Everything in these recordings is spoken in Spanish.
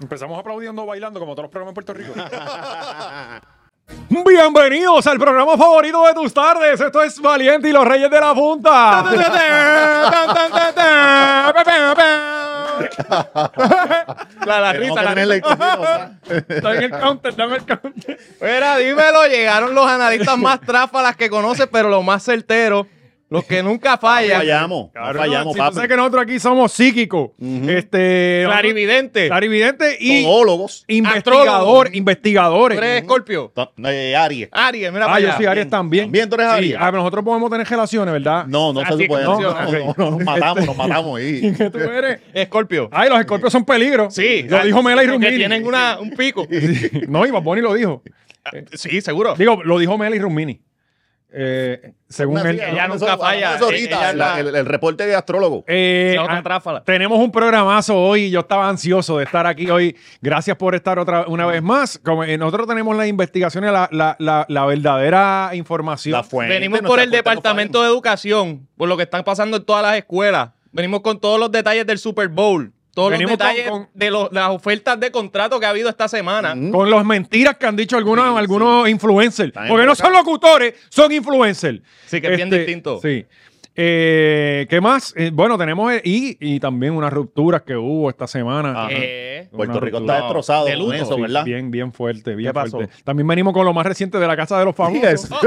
Empezamos aplaudiendo bailando como todos los programas en Puerto Rico. Bienvenidos al programa favorito de tus tardes. Esto es Valiente y los Reyes de la Punta. la, la risa, Tenemos que la tener risa. electricito, ¿verdad? Dame el counter, dame el counter. Mira, dímelo, llegaron los analistas más tráfalas que conoces, pero los más certeros, los que nunca fallan. Fallamos, no fallamos, si tú papi. sabes que nosotros aquí somos psíquicos. este, Clarividente. clarividente y Todólogos. investigador, investigadores. ¿Tú eres Scorpio? To- no, eh, Aries. Aries, mira para Ah, yo allá. soy Aries también. También tú eres Sí, Aries. ah, pero nosotros podemos tener relaciones, ¿verdad? No, no Así se que supone. no, No, no, no, ok. no, nos matamos, nos matamos ahí. ¿Qué tú eres? Escorpio. Ay, los escorpios son peligros. Sí. Lo dijo Mela y Porque Rumini. tienen una, un pico. No, y Bob Bunny lo dijo. Sí, seguro. Digo, lo dijo Mela y Rumini. Eh, según él. ella Eso- nunca falla. eso ahorita, Ella es la- el, el reporte de astrólogo. Eh, Esa otra ah, tráfala. Tenemos un programazo hoy. Yo estaba ansioso de estar aquí hoy. Gracias por estar otra una vez más. Como, eh, nosotros tenemos las investigaciones, la, la- la- la verdadera información. La fuente, Venimos nuestra por el fuente no Departamento de Educación, por lo que están pasando en todas las escuelas. Venimos con todos los detalles del Super Bowl. Todos Venimos los con- detalles con- de los- las ofertas de contrato que ha habido esta semana. Con las mentiras que han dicho algunos, algunos influencers. Están Porque no son locutores, son influencers. Este, Sí, que es bien distinto. Sí. Eh, ¿Qué más? Eh, bueno, tenemos el- y, y también unas rupturas que hubo esta semana. Ajá. Eh, Puerto Una Rico ruptura. está destrozado De con luto. eso, Sí, ¿verdad? Bien, bien fuerte, bien ¿Qué pasó? fuerte. También venimos con lo más reciente de la Casa de los Sí, Famosos. eso.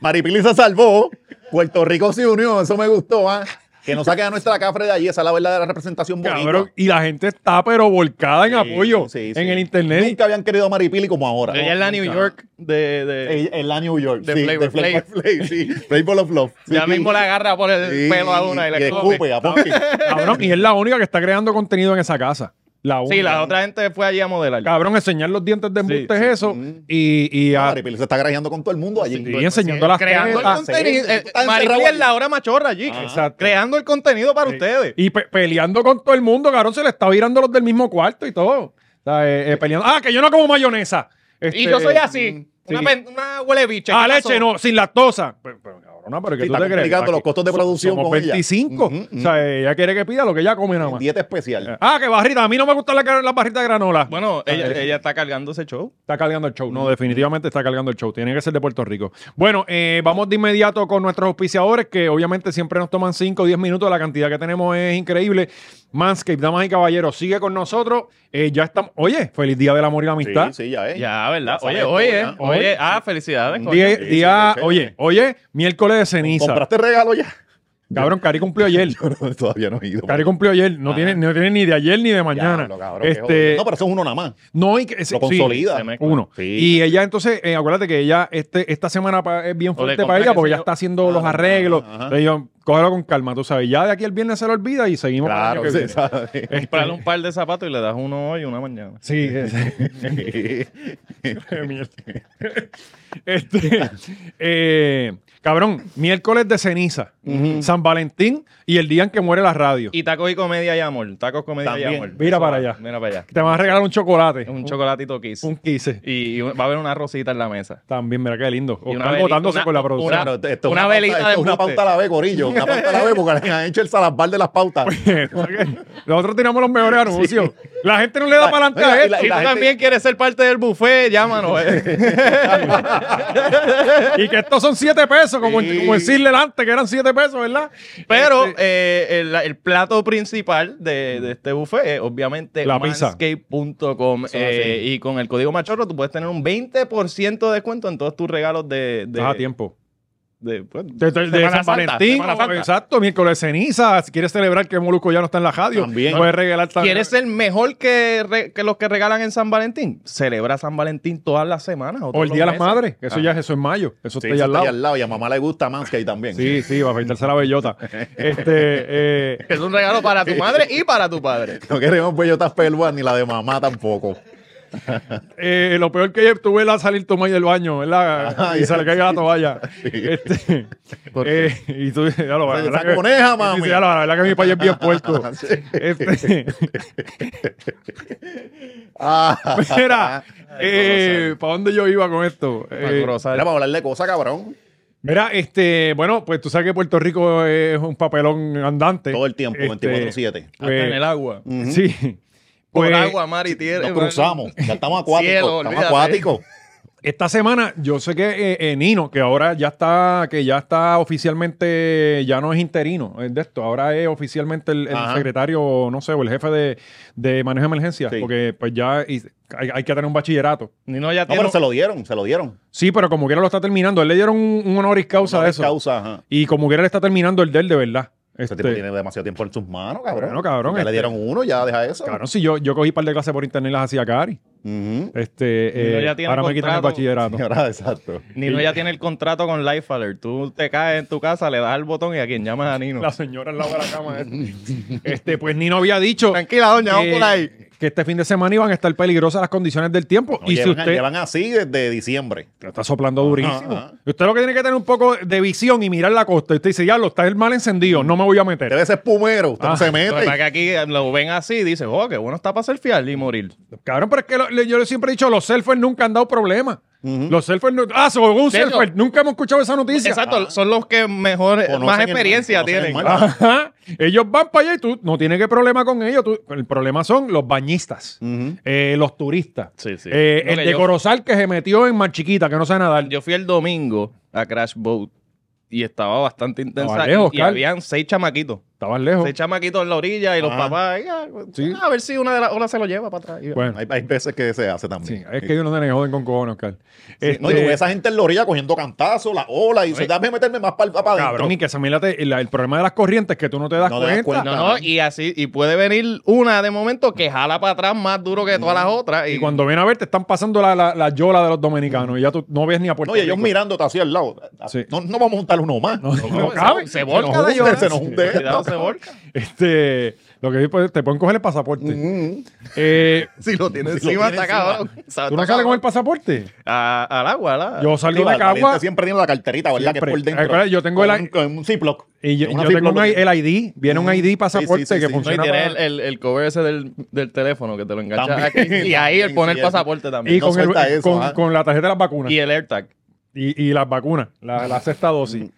Maripili se salvó. Puerto Rico se unió. Eso me gustó. ¿ah? Que no saquen a nuestra cafre de allí. Esa es la verdadera representación bonita. Cabrón, y la gente está pero volcada en apoyo sí, sí. en el internet. Nunca habían querido a Maripili como ahora. ella es la New York de- de, Ella es Eh, la New York. Eh, De sí, Flavor de Flavor Flav, sí. Flavor of Love. sí. Ya mismo la agarra por el Sí, pelo a una y le escupe escupe. a Pumpkin. Cabrón, y es la única que está creando contenido en esa casa. La única. Sí, la otra gente fue allí a modelar. Cabrón, enseñar los dientes de embuste es eso. Mm. Y, y a- Maripili se está grajeando con todo el mundo allí. y enseñando las ah, creando el tetas. contenido. Sí, Eh, está encerrado Maripili allí. es la hora machorra allí. Exacto. Creando el contenido para ustedes. Y pe- peleando con todo el mundo, cabrón, se le está virando los del mismo cuarto y todo. O sea, eh, eh, peleando. Ah, que yo no como mayonesa. Este, mm, Y yo soy así. sí. Una, pen- una huele bicha. Ah, ¿Qué pasó? leche, no, sin lactosa. Pero, pero, cabrona, pero ¿qué Sí, tú está te crees? complicando los Aquí costos de so- producción Somos con ella. 25. Ujú, ujú. O sea, ella quiere que pida lo que ella come nada más. Dieta especial. Ah, que barrita. A mí no me gustan las gra- las barritas de granola. Bueno, ella, ella está cargando ese show. Está cargando el show. No, definitivamente está cargando el show. Tiene que ser de Puerto Rico. Bueno, eh, vamos de inmediato con nuestros auspiciadores, que obviamente siempre nos toman 5 o 10 minutos. La cantidad que tenemos es increíble. Manscaped, damas y caballeros, sigue con nosotros. Eh, ya estamos. Oye, feliz día del amor y la Sí, amistad. sí, ya es. Ya, ¿verdad? Ya Oye, sabes oye, todo, ya. oye. Ah, felicidades. coño. Día, sí, día- sí, sí, sí. oye, oye, miércoles de ceniza. ¿Compraste regalo ya? Cabrón, Cari cumplió ayer. No, todavía no he ido. Cari cumplió ayer. No, tiene, no tiene ni de ayer ni de mañana. Diablo, cabrón, qué este, jodido. No, pero eso es uno nada más. no, y que- sí, Lo consolida. se me- Uno. Sí. Y ella entonces, eh, acuérdate que ella este, esta semana pa- es bien fuerte compra para ella que porque se ella yo- está haciendo Ah, los arreglos. ajá, ajá. Entonces yo, cógelo con calma, tú sabes. Ya de aquí el viernes se lo olvida y seguimos. para el Claro, año que se viene. sabe. Este. Comprarle un par de zapatos y le das uno hoy y una mañana. Sí, es- este, eh, cabrón, miércoles de ceniza, San Valentín y el día en que muere la radio. Y tacos y comedia y amor. Tacos, comedia y También. amor. Mira Eso para va, allá. Mira para allá. Te van a regalar un chocolate, Un chocolatito kiss. un 15. y, y va a haber una rosita en la mesa. También, mira qué lindo. Y una Oscar veli- botándose una- con la producción. una- Claro, esto es una pauta- velita esto de es una embuste. pauta a la B, Corillo. Una pauta a la B porque le han hecho el salazbar de las pautas. Nosotros tiramos los mejores anuncios. La gente no le da para adelante a Oiga, y esto. la- Si tú gente- también quieres ser parte del buffet, llámanos. eh. Y que estos son 7 pesos, como, Sí. como decirle antes que eran 7 pesos, ¿verdad? Pero Este, eh, el, el plato principal de, de este buffet es obviamente La pizza. manscape.com. es eh, y con el código machorro tú puedes tener un 20% de descuento en todos tus regalos de... de estás a Ah, tiempo. de- pues, De, de- de eh, San Semana Santa, Valentín, Semana o- Santa. exacto, miércoles de ceniza. Si quieres celebrar que Molusco ya no está en la radio, También. puedes regalar también. ¿Quieres ser mejor que, re- que los que regalan en San Valentín? Celebra San Valentín todas las semanas. O el todos Día de los las meses. Madres, que eso ya es eso en mayo. Eso Sí, está ya al lado. Y a mamá le gusta Manscaped también. Sí, sí, va a afeitarse la bellota. Este, eh, Ah. Es un regalo para tu madre y para tu padre. No queremos bellotas peluas ni la de mamá tampoco. eh, lo peor que tuve era salir tomar del baño, ¿verdad? Ajá, y se le ya, caiga la toalla. Sí. Este, eh, y tú dices, ya lo Esa verdad que- coneja, sí, mami. sí, ya lo, la verdad que mi país es bien puerco. Este, Ah, Mira, eh, ¿para dónde yo iba con esto? Eh, era para hablar de cosas, cabrón. mira, este, bueno, pues tú sabes que Puerto Rico es un papelón andante. Todo el tiempo, Este, 24-7. Hasta en el agua. Sí. por Pues, agua, mar y tierra. Pues, Nos cruzamos. Ya estamos acuáticos. Cielo, estamos olvídate. acuáticos. Esta semana, yo sé que eh, eh, Nino, que ahora ya está, que ya está oficialmente, ya no es interino es de esto, ahora es oficialmente el, el Ajá. secretario, no sé, o el jefe de, de manejo de emergencias, Sí. porque pues ya y- hay, hay que tener un bachillerato. Nino ya No, tiene pero se lo dieron, se lo dieron. Sí, pero como quiera lo está terminando. Él le dieron un, un honoris causa de Honoris eso. causa, ajá. Y como quiera le está terminando el del de verdad. Ese Este, tipo tiene demasiado tiempo en sus manos, cabrón. Bueno, cabrón, Ya este- le dieron uno, ya deja eso. Claro, si yo, yo cogí un par de clases por internet y las hacía Cari. Ujú. Este, Nino eh, ya tiene ahora me quitan el contrato. bachillerato. Ahora, exacto. Nino ya tiene el contrato con Life Alert. Tú te caes en tu casa, le das al botón y a quien llamas a Nino. La señora al lado de la cama. Este, Este, pues Nino había dicho. Tranquila, doña, vamos que- por ahí. Que este fin de semana iban a estar peligrosas las condiciones del tiempo. No, y si llevan, usted llevan así desde diciembre. está soplando durísimo. Ajá. Usted lo que tiene que tener un poco de visión y mirar la costa. Y usted dice, ya lo está el mal encendido, no me voy a meter. Debe ser pumero, usted Ah, no se Lo que pasa es mete. que aquí lo ven así y dicen, oh, qué bueno está para surfear y morir. Cabrón, pero es que lo- yo siempre he dicho, los surfers nunca han dado problemas. Los surfers no- Ah, se ahogó un De hecho- surfer. Nunca hemos escuchado esa noticia. Exacto, son los que mejor, Ah. Conocen más el- experiencia conocen el tienen. mar. Ajá. Ellos van para allá y tú no tienes que problema con ellos. tú- el problema son los bañistas, Ujú. eh, los turistas. Sí, sí. Eh, Lo el que de yo- Corozal que se metió en Mar Chiquita, que no sabe nadar. Ah, Yo fui el domingo a Crash Boat y estaba bastante intensa. Estaba lejos, y, y Carl. habían seis chamaquitos. Estabas lejos. Seis chamaquitos en la orilla y los Ah. papás. y, ah, Sí. A ver si una de las olas se lo lleva para atrás. Y- Bueno, Hay, hay veces que se hace también. sí, es que ellos no tienen joden con cojones, Oscar. Este, No, y tú ves a gente en la orilla cogiendo cantazos, la ola, y dice, déjame meterme más para Cabrón, y adentro. que esa mierda te- la- el problema de las corrientes es que tú no te das No te das cuenta. cuenta. No, no, y así, y puede venir una de momento que jala para atrás más duro que todas las otras. Y, Y cuando vienen a ver, te están pasando la, la, la yola de los dominicanos y ya tú no ves ni a Puerto No, y ellos Rico. mirándote así al lado. Sí. No, no vamos a juntar uno más. no, cabe. se, se volca nos la hunde, llora. se nos hunde. Cuidado, se volca. Este, lo que vi, pues, te pueden coger el pasaporte. Ujú. Eh, Si lo tienes Si lo encima, tienes está encima. cabrón. ¿Tú no sales con el pasaporte? A- Al agua, al agua. Yo Ah, Sí, salgo de Val- Cagua Valiente siempre tiene la carterita, ¿verdad? Siempre. Que es por dentro. Recuerda, yo tengo Con el- un- con un Ziploc. y yo, Con una yo tengo Ziploc un que- I- el ID, viene un ID pasaporte sí, sí, que sí. No, y funciona. tiene para- el, el, el cover ese del, del teléfono que te lo engancha También. aquí. Y ahí el Sí, pone el sí, pasaporte y también. no con, el- suelta eso, con- ah. con la tarjeta de las vacunas. Y el AirTag. y, y las vacunas, la, la sexta dosis.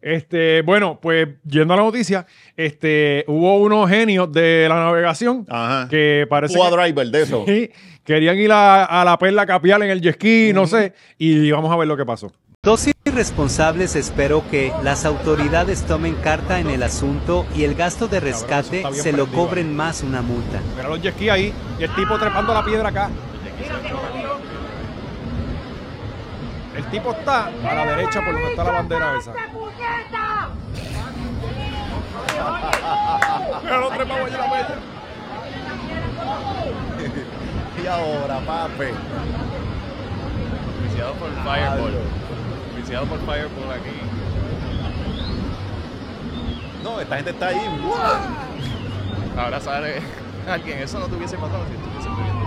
Este, bueno, pues yendo a la noticia, este, hubo unos genios de la navegación Ajá. que parece Cuba que- driver de eso. Sí, querían ir a, a la perla capial en el jet ski, no sé, y vamos a ver lo que pasó. Dos irresponsables espero que las autoridades tomen carta en el asunto y el gasto de eso rescate está bien se lo prendido, eh. cobren más una multa. Mira los jet ski ahí y el tipo trepando la piedra acá. El tipo está a la derecha por donde está la bandera esa. Mira, lo trepamos allá la piedra. Y ahora, papi. Viciado por Fireball. Viciado por Fireball aquí. No, esta gente está ahí. Ahora sale alguien. Eso no te hubiese pasado si estuviese pidiendo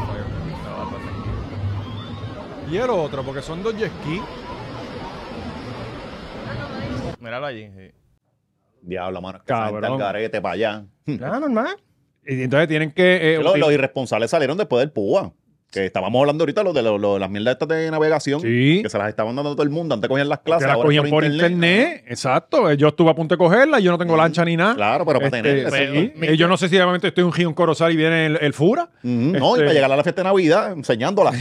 Fireball. Y el otro, porque son dos jet ski. Míralo allí. sí. Diablo, mano. es que esa Cabrón. gente al garete para allá. Ah, normal. Y entonces tienen que. eh, Los, los util- irresponsables salieron después del púa. Que estábamos hablando ahorita los de los- los- las mierdas estas de navegación. Sí. Que se las estaban dando a todo el mundo. Antes cogían las que clases. la ahora cogían por internet. Exacto. Eh, Yo estuve a punto de cogerla, yo no tengo lancha ni nada. Claro, pero para Este, tener. sí. eso. Eh, yo no sé si de momento estoy un un corozal y viene el, el Fura Ujú, No, y Este- para llegar a la fiesta de Navidad enseñándola.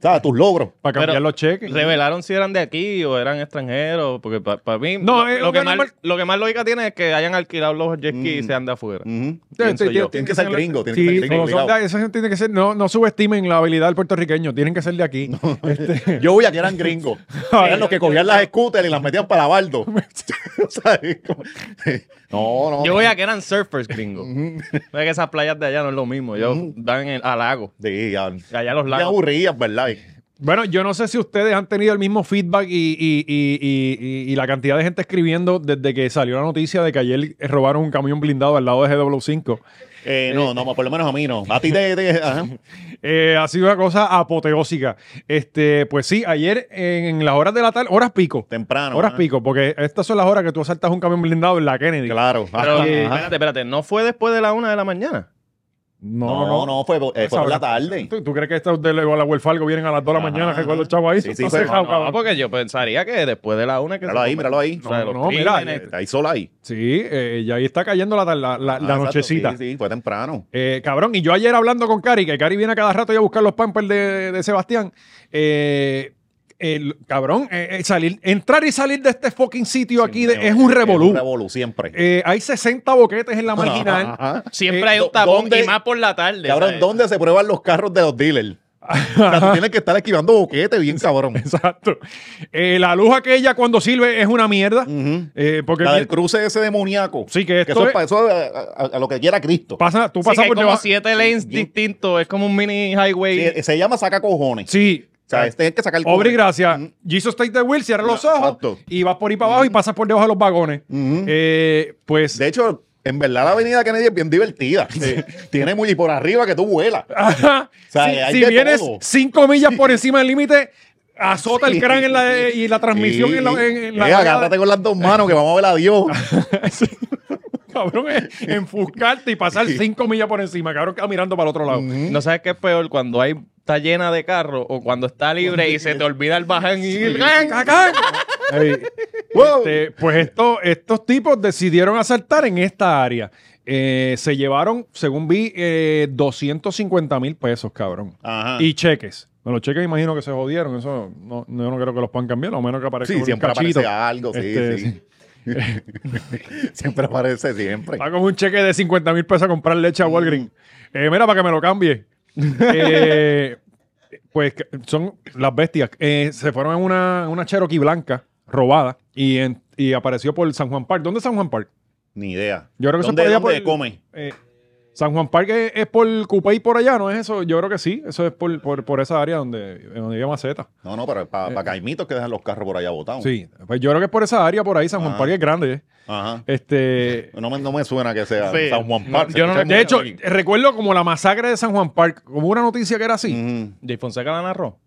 ¿Sabes? Tus logros. para cambiar Pero- los cheques. Revelaron si eran de aquí o eran extranjeros. Porque para mí. No, lo, eh, lo que bueno, más, normal. lo que más lógica tiene es que hayan alquilado los jet skis y Mm. sean de afuera. Ujú. Tiene- Pienso Este, tiene- yo. tiene Tiene que ser ser- gringo. Tiene que Sí, ser gringo. como son obligado. de- eso tiene que ser, no, no subestimen la habilidad del puertorriqueño, tienen que ser de aquí. Este, Yo voy a que eran gringos. Eran los que cogían las scooters y las metían para la baldo. O sea, es como- no, no. Yo veía que eran surfers gringos. Ve que esas playas de allá no es lo mismo. Ellos dan en- a lago. Sí, ya. Allá los Me lagos. aburrías, ¿verdad? bueno, yo no sé si ustedes han tenido el mismo feedback y, y- y- y- y- y la cantidad de gente escribiendo desde que salió la noticia de que ayer robaron un camión blindado al lado de GW5. Eh, no, no, por lo menos a mí no. A ti te. te- ajá. Eh, ha sido una cosa apoteósica. Este, pues sí, ayer en las horas de la tarde, horas pico. Temprano. horas ajá. pico, porque estas son las horas que tú asaltas un camión blindado en la Kennedy. Claro. Pero, Ah, eh, ajá, ajá. espérate, espérate, ¿no fue después de la una de la mañana? No, No, no, no, fue, eh, fue por la tarde. ¿Tú, tú crees que estos de la o la Huelfalgo vienen a las 2 de la mañana que con los chavos ahí? Sí, sí, Entonces, fue- cabrón, no, cabrón. No, porque yo pensaría que después de la una que Míralo ahí, míralo ahí. No, o sea, no, los no, mira, eh, crímenes. Está ahí sola ahí. Sí, eh, y ahí está cayendo la, tar- la, la- la Ah, exacto, nochecita. Sí, sí, fue temprano. Eh, cabrón, y yo ayer hablando con Cari, que Cari viene a cada rato ya a buscar los pampers de, de Sebastián. eh, el, cabrón, eh, eh, salir, entrar y salir de este fucking sitio aquí de- es un Un revolú. revolú, siempre. Eh, hay 60 boquetes en la marginal. Ajá. Siempre Eh, hay un ¿dó- tapón dónde- y más por la tarde. Cabrón, ¿sabes? ¿dónde se prueban los carros de los dealers? O sea, tú tienes que estar esquivando boquete bien cabrón. Exacto. Eh, la luz aquella cuando sirve es una mierda. Ujú. eh, porque Mm. La del cruce ese demoníaco. Sí, que esto eso es- es, pa- eso es a, a- a lo que quiera Cristo. pasa, tú Sí, que pasas hay por como debajo. siete lanes distintos. Es como un mini highway. Sí, se llama saca cojones. Sí. O sea, este es el que saca el Obra y cojones. gracia. Jesus take the wheel, cierra los ojos Exacto. Mm. Mm-hmm. y vas por ahí para abajo y pasas por debajo de los vagones. Ujú. Eh, pues De hecho, en verdad la avenida Kennedy es bien divertida. Tiene muy y por arriba que tú vuelas. Ajá. sea, si hay si de vienes todo. cinco millas por encima del límite, azota el Sí. crán en la, eh, y la transmisión Sí. en la. en- en la- Eh, agárrate con las dos manos que vamos a ver a Dios. Sí. Cabrón, es enfuscarte y pasar cinco millas por encima, cabrón, que va mirando para el otro lado. Mm. No sabes qué es peor cuando hay está llena de carro o cuando está libre y se te olvida el baján y el Cacán. Ey, Wow. este, pues esto- estos tipos decidieron asaltar en esta área. Eh, se llevaron, según vi, eh, 250 mil pesos, cabrón. Ajá. Y cheques. Bueno, los cheques imagino que se jodieron. Eso no, no- yo no creo que los puedan cambiar, a menos que aparezca sí, un siempre cachito. aparece algo, sí, Este, sí. siempre aparece, siempre. Va con un cheque de 50 mil pesos a comprar leche a Walgreens. Mm. Eh, mira, para que me lo cambie. Eh, pues que- son las bestias. Eh, se fueron en una, una Cherokee blanca robada y, en- y apareció por San Juan Park. ¿Dónde es San Juan Park? Ni idea. Yo creo que se ¿Dónde, podía dónde por- come? Eh, San Juan Park es, es por Cupey por allá, ¿no es eso? Yo creo que sí. Eso es por, por, por esa área donde, donde vive Maceta. No, no, pero para acá hay mitos que dejan los carros por allá botados. Sí. Pues yo creo que es por esa área por ahí. San Juan Ah. Park es grande. eh. Ajá. Este, No me, no me suena que sea Sí. San Juan No, Park. yo no Se de hecho, escucha recuerdo como la masacre de San Juan Park. Como una noticia que era así. muy- Ujú. Jay Fonseca la narró.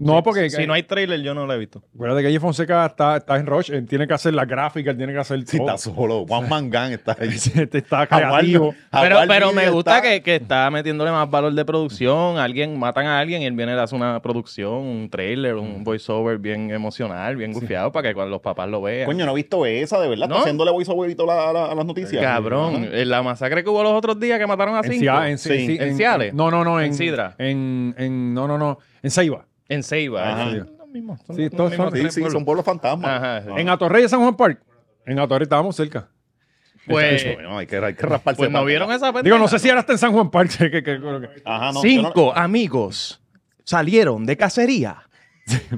No, porque si no hay trailer, yo no la he visto. Acuérdate que Jay Fonseca está, está en Rush, él tiene que hacer la gráfica, él tiene que hacer Sí, todo. está solo. Juan Mangán está ahí. Este Oh. está Jaguar- creativo. Pero, Jaguar pero Media me gusta está- que, que está metiéndole más valor de producción. Alguien matan a alguien y él viene y le hace una producción, un trailer, un voiceover bien emocional, bien gufiado para que cuando los papás lo vean. Coño, no he visto esa, de verdad. ¿No? Está haciéndole voiceover y todo la- la- a las noticias. Cabrón, Ajá. eh, la masacre que hubo los otros días que mataron a En cinco. Cia- en, Sí. sí, ¿En Ciales? No, no, no. En, ¿En Sidra? En, en- no, no, no. En Ceiba. En Ceiba. Ajá. Es- Son los mismos, son Sí, los todos mismos son- Sí, tres sí, pueblos. son pueblos fantasmas. Ajá, Ajá. En Atorrey de San Juan Park. En Atorrey estábamos cerca. Pues, Bueno, hay, que, hay que rasparse. pues no para- vieron esa pendeja. Digo, no sé si ahora está en San Juan Park. que- que- que- Ajá, Ah, no, yo no- Cinco amigos salieron de cacería.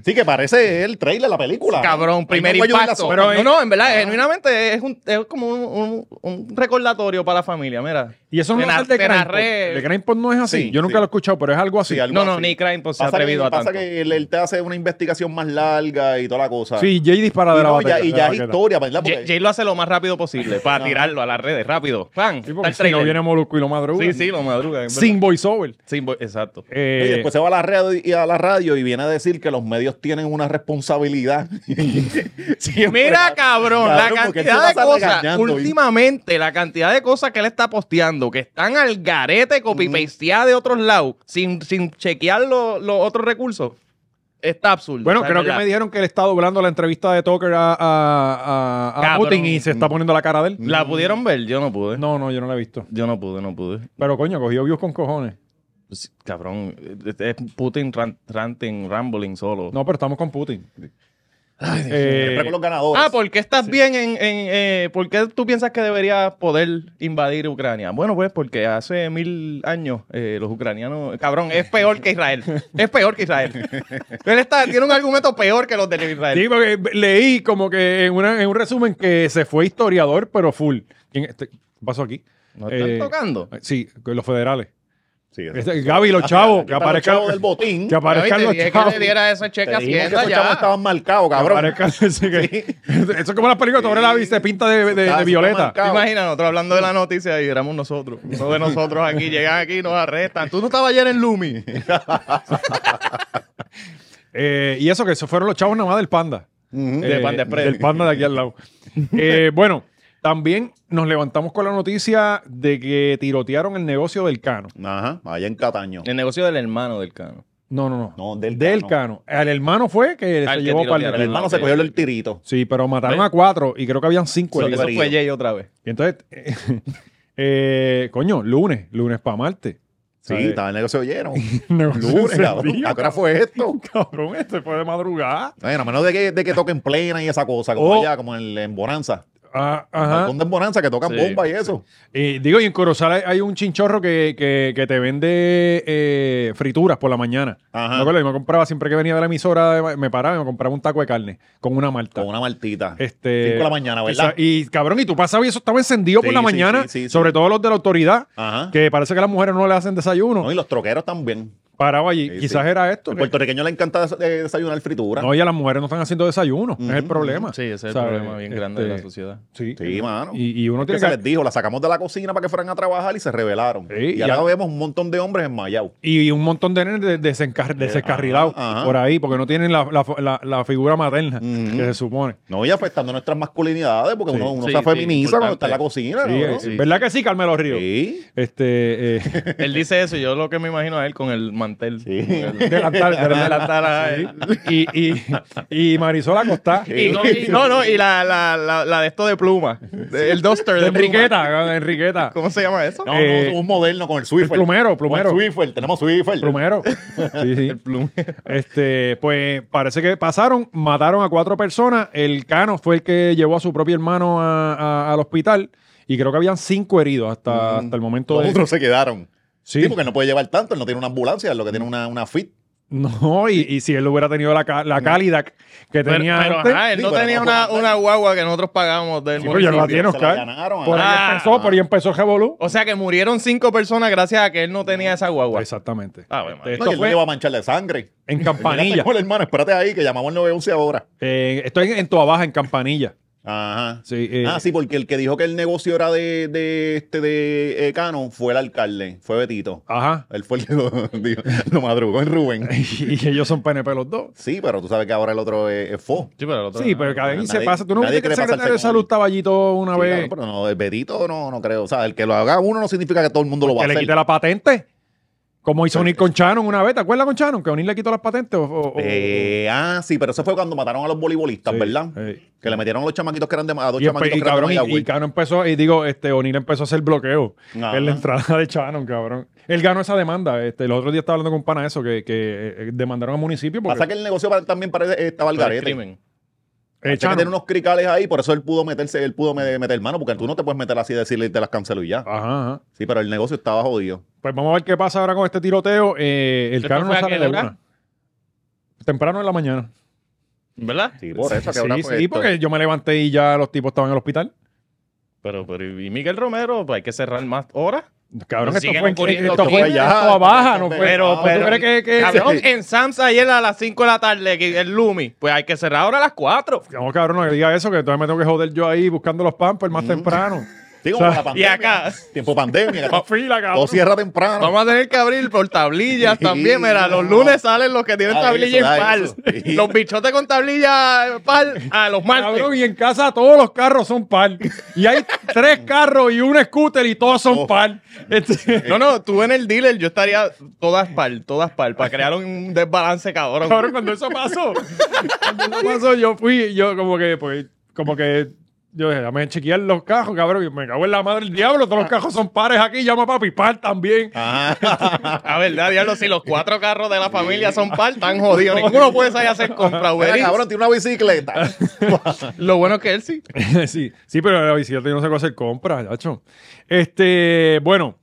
Sí, que parece el trailer de la película. Cabrón, primer Ahí no voy a impacto. ayudar a- eh, Pero no, no, en ah. verdad, genuinamente es, un, es como un, un- un recordatorio para la familia, mira. Y eso no Te es na- el de te Craneport. narré. El de Craneport no es así. Sí, Yo nunca sí. lo he escuchado, pero es algo así. Sí, algo No, no, así. ni Crime pues, se ha Pasa atrevido que, a pasa tanto. que él, él te hace una investigación más larga y toda la cosa. Sí, Jay dispara y, de la no, batería. ya, de y ya la es baqueta. historia, ¿verdad? Jay Porque Jay lo hace lo más rápido posible para Ajá. tirarlo a las redes, rápido. Fan, Sí, está porque el si no trailer. viene Molusco y lo madruga. sí, sí, lo madruga. es verdad. Sin voiceover. Sin bo- exacto. Eh, oye, después se va a la, radio, y a la radio y viene a decir que los medios tienen una responsabilidad. Siempre Mira, la- cabrón, la cabrón, porque él se cantidad de pasa cosas, regañando, últimamente, la cantidad de cosas que él está posteando, que están al garete, copy-pasteadas de otros lados, sin, sin chequear lo- los otros recursos, está absurdo. Bueno, O sea, creo que ¿verdad? me dijeron que él está doblando la entrevista de Tucker a, a, a- a Cabrón. Putin y se está poniendo la cara de él. ¿La pudieron ver? Yo no pude. No, no, yo no la he visto. Yo no pude, no pude. Pero coño, cogió views con cojones. Pues, cabrón, es- es Putin ran- ranting, rambling solo. No, pero estamos con Putin. Ay, Dios mío, Eh, siempre con los ganadores. Ah, ¿por qué estás bien en... en eh, ¿Por qué tú piensas que debería poder invadir Ucrania? Bueno, pues porque hace mil años eh, los ucranianos... Cabrón, es peor que Israel. Es peor que Israel. Él está, tiene un argumento peor que los de Israel. Sí, porque leí como que en, una- en un resumen que se fue historiador, pero full. ¿Quién- este- ¿Qué pasó aquí? ¿No están Eh, tocando? Sí, con los federales. Sí, eso. Ah, Este, Gaby, los Aquí chavos, que están los aparezcan chavos del botín. Que aparezcan Oye, los te dije chavos. que le diera ese cheque Te a dijimos que Hacienda esos chavos ya. estaban marcados, Que cabrón. aparezcan- sí, que- Eso es como las películas, tú abres la vista, pinta de, de- de Está- está violeta. marcado. Imagina, nosotros hablando de la noticia y éramos nosotros. Uno de nosotros aquí, llegan aquí y nos arrestan. Tú no estabas ayer en Lumi. Eh, y eso que esos fueron los chavos nada más del panda. Ujú. Eh, De Panda Express. Del panda de aquí al lado. Eh, bueno, También nos levantamos con la noticia de que tirotearon el negocio del Cano. Ajá, allá en Cataño. El negocio del hermano del Cano. No, no, no. No, del del Cano. Cano. El hermano fue que se Al que llevó para tirotearon. El hermano se cogió el tirito. Sí, pero mataron a cuatro y creo que habían cinco Sí, heridos. Eso Herido. fue Jay otra vez. Y entonces, eh, coño, lunes, lunes para martes. Sí, ¿Sabes? estaba en el negocio oyeron. Negocio Lunes, cabrón. encendido. ¿A qué hora fue esto? Cabrón, este fue de madrugada. Ay, a menos de que, de que toquen plena y esa cosa, como Oh. allá, como en, en Bonanza. Ah, Ajá. ajá. de Bonanza que tocan Sí, bomba y eso. Eh, digo, y en Corozal hay, hay un chinchorro que, que- que te vende eh, frituras por la mañana. Ajá. Me acuerdo, yo me compraba siempre que venía de la emisora, me paraba y me compraba un taco de carne con una malta. Con una martita. Este, Cinco de la mañana, ¿verdad? quizá- Y cabrón, y tú pasabas y eso estaba encendido por Sí, la sí, mañana, sí, sí, sí. sobre todo los de la autoridad, Ajá. que parece que las mujeres no le hacen desayuno. No, y los troqueros también. Paraba allí. Sí, Quizás sí. era esto. Al que- puertorriqueño le encanta des- eh, desayunar fritura. No, y a las mujeres no están haciendo desayuno. Es el Ujú, problema. Sí, ese es el ¿sabes? problema bien grande de la Este, sociedad. Sí. Sí, mano. Y, y uno que tiene se que... les dijo, la sacamos de la cocina para que fueran a trabajar y se rebelaron. Sí, y y ahora ya- vemos un montón de hombres en Mayau. Y un montón de nenes de- desencar- descarrilados Eh, ajá, ajá. por ahí, porque no tienen la, la- la- la figura materna Ujú. que se supone. No, y afectando nuestras masculinidades, porque Sí, uno, uno sí, se sí, feminiza cuando está en la importante. cocina. Sí, ¿no? eh, ¿Verdad que sí, Carmelo Río? Sí. Este, eh, Él dice eso y yo lo que me imagino a él con el mantel. Sí. delantal, delantal. Adelantar a él. Y, y, y Marisol Acosta. Y no, y- no, no, y la, la, la, la de esto de pluma. De- el duster de, pluma. Enriqueta, Enriqueta. ¿Cómo se llama eso? No, Eh, no, un moderno con el Swiffer. plumero, plumero. Con el Swiffer, tenemos Swiffer. Plumero. Sí, sí. Este, pues parece que pasaron, mataron a cuatro personas. El Cano fue el que llevó a su propio hermano a- a- al hospital. Y creo que habían cinco heridos hasta, hasta el momento. Mm. Los De... otros se quedaron. Sí. Sí, porque no puede llevar tanto, él no tiene una ambulancia, lo que tiene una, una fit. No, y, y si él hubiera tenido la, ca- la calidad que Pero, tenía pero, antes. ajá, él Sí, no pero tenía no una, podemos- una guagua que nosotros pagamos del Sí, pero ya no la municipio. tiene, se la Oscar. ganaron, por, ah. ahí empezó, por ahí empezó el revolú. O sea que murieron cinco personas gracias a que él no tenía esa Oh, guagua. Exactamente. Ah, bueno, Este, No, esto y él no fue lleva a mancharle sangre. en Mira, Campanilla. tengo el hermano, espérate ahí, que llamamos al 911 ahora. Eh, estoy en, en Toa Baja, en Campanilla. Ajá. Sí, eh. Ah, sí, porque el que dijo que el negocio era de, de este de eh, Cano fue el alcalde, fue Betito. Ajá. Él fue el que lo, dijo, lo madrugó en Rubén. Y, y ellos son PNP los dos. Sí, pero tú sabes que ahora el otro es, es Fo. Sí, pero el otro- Sí, pero cada nadie- vez se pasa. ¿Tú no nadie viste que el quiere secretario de pasarse con salud él. estaba allí todo una Sí, vez? claro, pero no, el Betito no, no creo. O sea, el que lo haga uno no significa que todo el mundo lo va a que le hacer. quite la patente. Como hizo O'Neill con Shannon una vez. ¿Te acuerdas con Shannon? Que O'Neill le quitó las patentes. O, o- o- Eh, ah, sí, pero eso fue cuando mataron a los voleibolistas, Sí, ¿verdad? sí. Que le metieron a los chamaquitos que eran de a dos Y, empe- chamaquitos y que eran de cabrón, y, Mayagüez. y cabrón empezó, y digo, este, O'Neill empezó a hacer bloqueo Ajá. en la entrada de Shannon, cabrón. Él ganó esa demanda. Este, el otro día estaba hablando con un pana de eso, que, que eh, demandaron al municipio porque Pasa que el negocio para- también parece, estaba al por el garete. crimen. eh, Tiene que Shannon- tener unos cricales ahí, por eso él pudo meterse, él pudo me- meter mano, porque tú no te puedes meter así y decirle te las cancelo y ya. Ajá, ajá. Sí, pero el negocio estaba jodido. Pues vamos a ver qué pasa ahora con este tiroteo. Eh, el ¿Esto carro no fue a sale qué de hora? una. Temprano en la mañana. ¿Verdad? Sí, por eso. que Sí, ahora sí, fue esto. porque yo me levanté y ya los tipos estaban en el hospital. Pero, pero, ¿y Miguel Romero? Pues hay que cerrar más horas. Cabrón, Pero esto siguen fue, en- ocurriendo esto fue cosas. en Toa baja, no fue. Pero, ¿Tú pero- crees que, que- Cabrón, Eh, en Sam's ayer a las 5 de la tarde, que el Lumi. Pues hay que cerrar ahora a las 4. No, cabrón, no diga eso, que entonces me tengo que joder yo ahí buscando los pampers más temprano. Sí, como O sea, Mm. la pandemia. y acá. Tiempo pandemia. Más que fila, todo cabrón. cierra temprano. Vamos a tener que abrir por tablillas Sí, también. Mira, los no. lunes salen los que tienen Ah, tablilla eso, ah, impar. eso. Sí. Los bichotes con tablilla par a los martes. Cabrón, y en casa todos los carros son par. Y hay tres carros y un scooter y todos son Oh. par. Este- No, no, tú en el dealer yo estaría todas par, todas par, para crear un desbalance cabrón. Cabrón, cuando eso pasó, cuando eso pasó, yo fui, yo como que, pues, como que, yo dije, dame chequear los cajos, cabrón, y me cago en la madre del diablo, todos Ah. los cajos son pares aquí, llama a papi, par también. Ajá. A verdad, diablo, si los cuatro carros de la familia son par, tan jodidos. Ninguno puede salir a hacer compra, Uber Mira, Eats. cabrón, tiene una bicicleta. Lo bueno es que él sí. sí, sí, pero la bicicleta yo no sé cómo hacer compras, chacho. Este, bueno,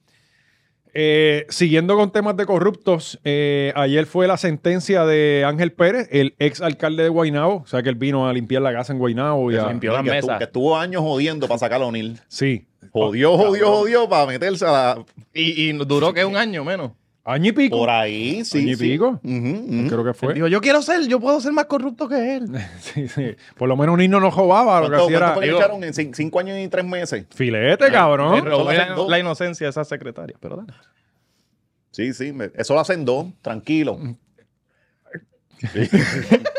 eh, siguiendo con temas de corruptos, eh, ayer fue la sentencia de Ángel Pérez, el ex alcalde de Guaynabo, o sea que él vino a limpiar la casa en Guaynabo. Y a- Limpió la que, mesa. estuvo, que estuvo años jodiendo para sacar a O'Neill. Sí, Jodió, jodió, jodió para meterse a la. Y, y duró que un año menos. año y pico. Por ¿Mm? ahí, sí. Año y sí. pico. Ujú, ujú. Creo que fue. Él dijo, yo quiero ser, yo puedo ser más corrupto que él. Sí, sí. Por lo menos un himno no jodaba, lo que ¿Cuánto, hacía cuánto era fue que le digo- echaron? En cin- cinco años y tres meses. filete, Le cabrón. pero- robé Son la, las dos. la inocencia a esa secretaria, pero dale. Sí, sí, me- Mm. eso lo hacen dos, tranquilo. Eh,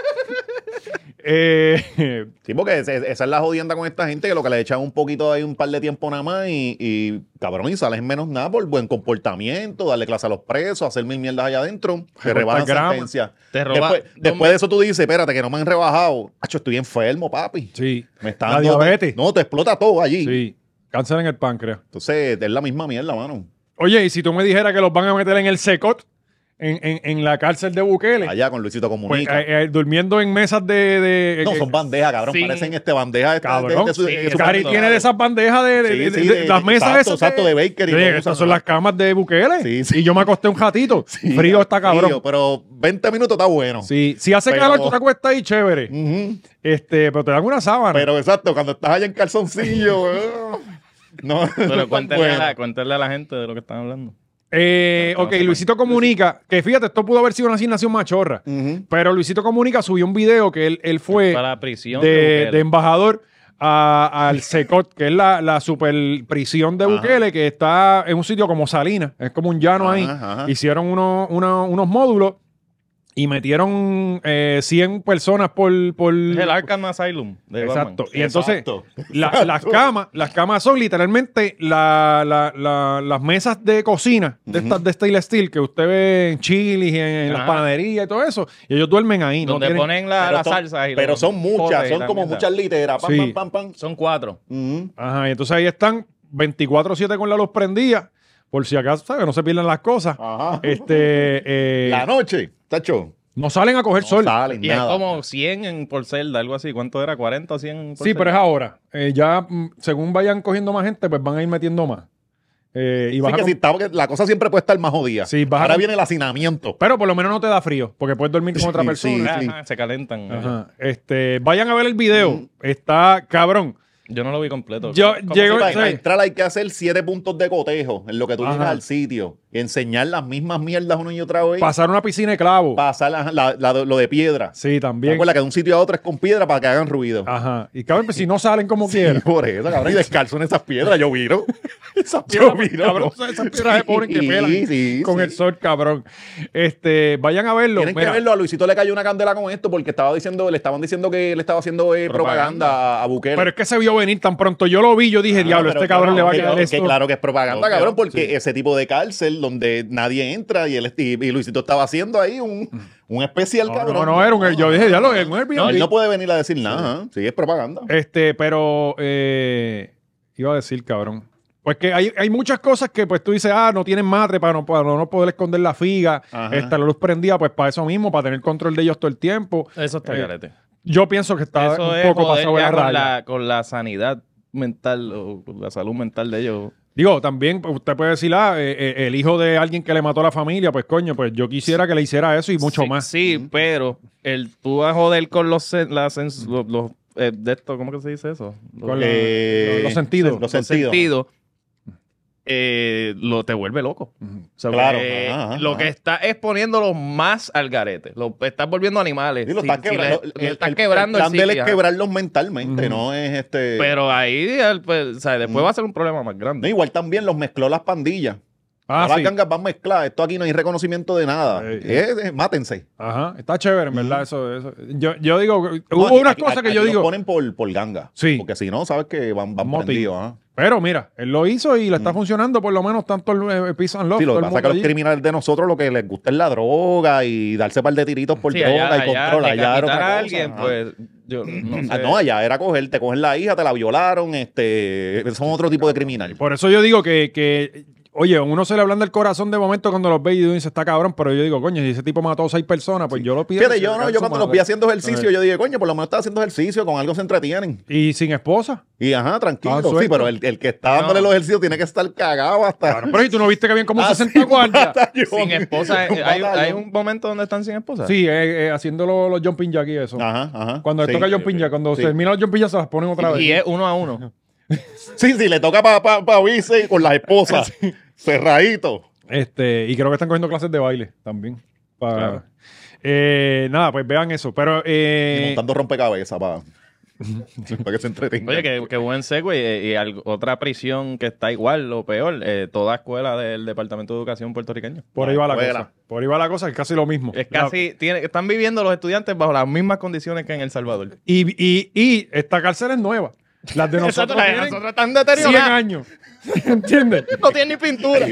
Sí, porque ese- esa es la jodienda con esta gente, que lo que le echan un poquito ahí, un par de tiempo nada más, y, y, cabrón, y sales menos nada por buen comportamiento, darle clase a los presos, hacer mil mierdas allá adentro, te Recortar rebajan grama. sentencia. Te roba- Después, no después de eso tú dices, espérate, que no me han rebajado. Hacho, estoy enfermo, papi. sí. Me está La dando- diabetes. No, te explota todo allí. Sí. Cáncer en el páncreas. Entonces, es la misma mierda, mano. Oye, y si tú me dijeras que los van a meter en el secot, en, en- en la cárcel de Bukele, Allá con Luisito pues, Comunica. eh, eh, durmiendo en mesas de. de- no, eh, son bandejas, cabrón. sí. Parecen este bandejas. de- de- Cabrón, de su- sí, de su- Cari tiene de esas bandejas de, de- Sí, de- sí, de- de- las mesas exacto, esas. exacto, de Baker Sí, y no esas usan son nada. las camas de Bukele. Sí, sí. Y yo me acosté un ratito. Sí, frío está cabrón. frío, pero 20 minutos está bueno. Sí, si hace Pero- calor, tú te acuestas ahí, chévere. Ujú. Este, pero te dan una sábana. Pero exacto, cuando estás allá en calzoncillo. eh, no, no Pero es tan cuéntale, bueno. a la, cuéntale a la gente de lo que están hablando. Eh, No, no ok, se Luisito comunica, que fíjate, esto pudo haber sido una asignación machorra. Ujú. Pero Luisito comunica, subió un video que él, él fue Para la prisión. de, Bukele. de embajador a- al SECOT, que es la, la super prisión de Ajá. Bukele, que está en un sitio como Salinas, es como un llano Ajá, ahí. ajá. Hicieron uno- uno- unos módulos y metieron eh, 100 personas por... por Es el Arkham Asylum. de Exacto. Batman. Y entonces, Exacto. la- las camas, las camas son literalmente la- la- la- las mesas de cocina de estas de Steel Steel que usted ve en chilis, en, en las Ajá. panaderías y todo eso. Y ellos duermen ahí. no Donde tienen- ponen la, Pero la son- salsa. y Pero los son muchas, potes y son la como mierda. muchas literas. Pam, Sí. pam, pam, pam. Son cuatro. Ujú. Ajá, y entonces ahí están 24-7 con la luz prendida, por si acaso, ¿sabes? No se pierdan las cosas. Ajá. Este, eh, Ah. La noche, tacho. no salen a coger sol. Salen, Y nada. es como 100 en por celda, algo así. ¿Cuánto era? ¿40 o 100 por Sí, celda? pero es ahora. Eh, ya, mm, según vayan cogiendo más gente, pues van a ir metiendo más. Eh, y vas Así a que com- si está- porque la cosa siempre puede estar más jodida. Sí, vas a Ahora com- viene el hacinamiento. Pero por lo menos no te da frío, porque puedes dormir con otra Sí, persona. Ajá, sí. ajá, Ah, se calentan. Ajá. Este, vayan a ver el video. Mm. Está cabrón. Yo no lo vi completo. Yo ¿Cómo llego- se Para, sí. para entrar hay que hacer siete puntos de cotejo en lo que tú Ajá. llegas al sitio. Y enseñar las mismas mierdas una y otra vez. Pasar una piscina de clavo. Pasar ajá, la- la- lo de piedra. Sí, ¿Te también. acuerdas que de un sitio a otro es con piedra para que hagan ruido? Ajá. Y cabrón, pues, si no salen como Y quieran. por eso, cabrón, y descalzo en esas piedras, yo viro. esas Piedra, piedras, viro. cabrón, esas piedras se ponen que Sí, pelan sí, con sí. el sol, cabrón. Este, vayan a verlo. Tienen Mira, que verlo, a Luisito le cayó una candela con esto porque estaba diciendo, le estaban diciendo que le estaba haciendo eh, propaganda, a- a Bukele. Pero es que se vio venir tan pronto. Yo lo vi, yo dije, diablo, Ah, Pero este cabrón claro, le va a que- quedar que esto. claro que es propaganda, Obvio, cabrón, porque ese tipo de cárcel donde nadie entra y, él, y, y Luisito estaba haciendo ahí un, un especial, Mm. No, cabrón. no, no, era un, yo dije, diablo, es un No, Airbnb. él no puede venir a decir nada, ¿eh? sí, es propaganda. Este, pero eh, iba a decir, cabrón. Pues que hay, hay muchas cosas que pues tú dices, ah, no tienen madre para no, para no poder esconder la figa, Ajá. esta la luz prendida, pues para eso mismo, para tener control de ellos todo el tiempo. Eso está Eh, carete. Yo pienso que está Eso un es poco joder pasado de ya la con, raya. la, con la sanidad mental o con la salud mental de ellos. Digo, también pues, usted puede decir, ah, eh, eh, el hijo de alguien que le mató a la familia, pues coño, pues yo quisiera que le hiciera eso y mucho Sí, más. Sí, pero el tú a joder con los, sen- las sens- los, los, eh, de esto, ¿cómo que se dice eso? Los, Con la- Eh, los- los sentidos. Los los sentidos. sentidos, eh, lo te vuelve loco. O sea, Claro, eh, ajá, ajá, lo ajá. que está es poniéndolos más al garete. Lo estás volviendo animales. Sí, lo Si- estás si quebrando. le- El- le el- estás el quebrando el plan de él sitio, es ajá. quebrarlos mentalmente, Ujú. no es este. Pero ahí, el- pues, o sea, después va a ser un problema más Mm. No, grande. igual también los mezcló las pandillas. Ah, Ahora sí. las gangas van mezcladas. Esto aquí no hay reconocimiento de nada. Ey, Eh, eh, mátense. Ajá, está chévere, en verdad, eso, eso. Yo, yo digo, No, hubo aquí- unas aquí- cosas que aquí yo los digo, ponen por, por ganga. Sí. Porque si no, sabes que van, van Motín. prendidos. ajá. pero mira, él lo hizo y le está funcionando por lo menos tanto el eh, Peace and Love. Sí, lo todo que el pasa es que mundo a los allí. criminales de nosotros lo que les gusta es la droga y darse par de tiritos por Sí, droga allá- y control. Allá, decapitar era otra cosa, a alguien, ajá. pues, yo no sé. Ah, no, allá era coger, te cogen la hija, te la violaron, este, son otro tipo de criminal. Por eso yo digo que, que, oye, a uno se le ablanda el corazón de momento cuando los ve y uno dice, está cabrón, pero yo digo, coño, si ese tipo mató a seis personas, pues yo lo pido. Fíjate, que yo se no, le yo canse cuando su los vi madre. haciendo ejercicio, Ajá. yo dije, coño, por lo menos está haciendo ejercicio, con algo se entretienen. Y sin esposa. Y ajá, tranquilo. Estaban sueltos. Sí, pero el, el que está dándole los ejercicios tiene que estar cagado hasta. Claro, pero si tú no viste que habían como Ah, 60 sí, guardias. batallón. Sin esposa. eh, Un hay, hay batallón. un momento donde están sin esposa. Sí, eh, eh, haciendo los, los jumping jack y eso. Ajá, ajá. Cuando le Ah, Sí. toca jumping jack, cuando Sí. se termina los jumping jack se las ponen otra vez. Y es uno a uno. Sí, sí, le toca para pa, pa Vice con las esposas. Cerradito. Este, y creo que están cogiendo clases de baile también. Para, Eh, nada, pues vean eso. Pero Y eh, montando rompecabezas para. para que se entretengan. Oye, qué, qué buen segue. eh, Y, y algo- otra prisión que está igual o peor, eh, toda escuela del Departamento de Educación puertorriqueño. Por ahí va la Fuera. cosa. Por ahí va la cosa, es casi lo mismo. Es casi, tiene- están viviendo los estudiantes bajo las mismas condiciones que en El Salvador. Y, y, y esta cárcel es nueva. Las de nosotros Nosotros- tienen nosotros están 100 deteriorados. años. ¿Entiendes? No tienen ni pintura.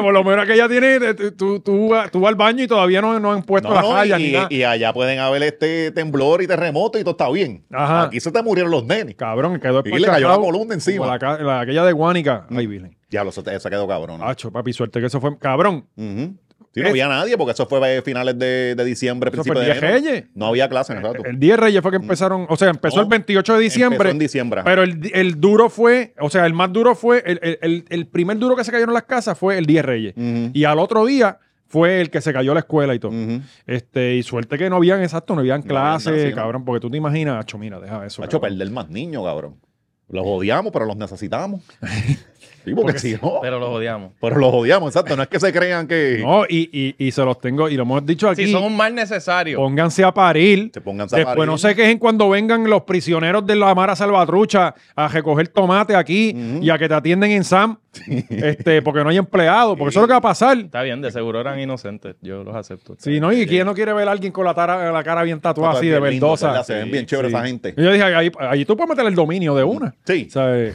Por lo menos aquella tiene, eh, tú, tú, tú vas- tú vas al baño y todavía no, no han puesto No, las no, rayas ni y, nada. y allá pueden haber este temblor y terremoto y todo está bien. Ajá. Aquí se te murieron los nenes. Cabrón, quedó Y le cayó la espachacrao, columna encima. Mm. como la ca- la- aquella de Guánica. Ay, Virgen. Ya, eso, te- eso quedó cabrón. ¿no? Hacho, papi, suerte que eso fue. Cabrón, Ujú. Sí, no Es- había nadie porque eso fue a finales de, de diciembre, Eso fue principio el de día enero. Reyes. No había clases, exacto. el 10 de Reyes fue que empezaron. O sea, empezó No, el 28 de diciembre. Oh, Empezó en diciembre. Pero el, di- el duro fue, o sea, el más duro fue, el, el- el- el primer duro que se cayeron las casas fue el 10 de Reyes. Ujú. Y al otro día fue el que se cayó la escuela y todo. Ujú. Este, y suerte que no habían exacto, no habían No habían clases, nacido. cabrón, porque tú te imaginas, acho, mira, deja eso. Ha hecho cabrón. perder más niños, cabrón. Los odiamos, pero los necesitamos. Sí, porque si no, pero, Pero los odiamos. los odiamos, exacto. No es que se crean que No, y, y- y se los tengo, y lo hemos dicho aquí. Si son un mal necesario. Pónganse a parir. se pongan Después zapatillas. no se quejen cuando vengan los prisioneros de la Mara Salvatrucha a recoger tomate aquí y a que te atienden en SAM, este, porque no hay empleado, porque eso es lo que va a pasar. Está bien, de seguro eran inocentes. Yo los acepto. Si no, y quién no quiere ver a alguien con la, tara- la cara bien tatuada Tatuada así de bien lindo, verdosa. ¿verdad? Se ven bien chévere esa gente. Y yo dije, ahí, ahí tú puedes meter el dominio de una. eh, Sí. ¿Sabes?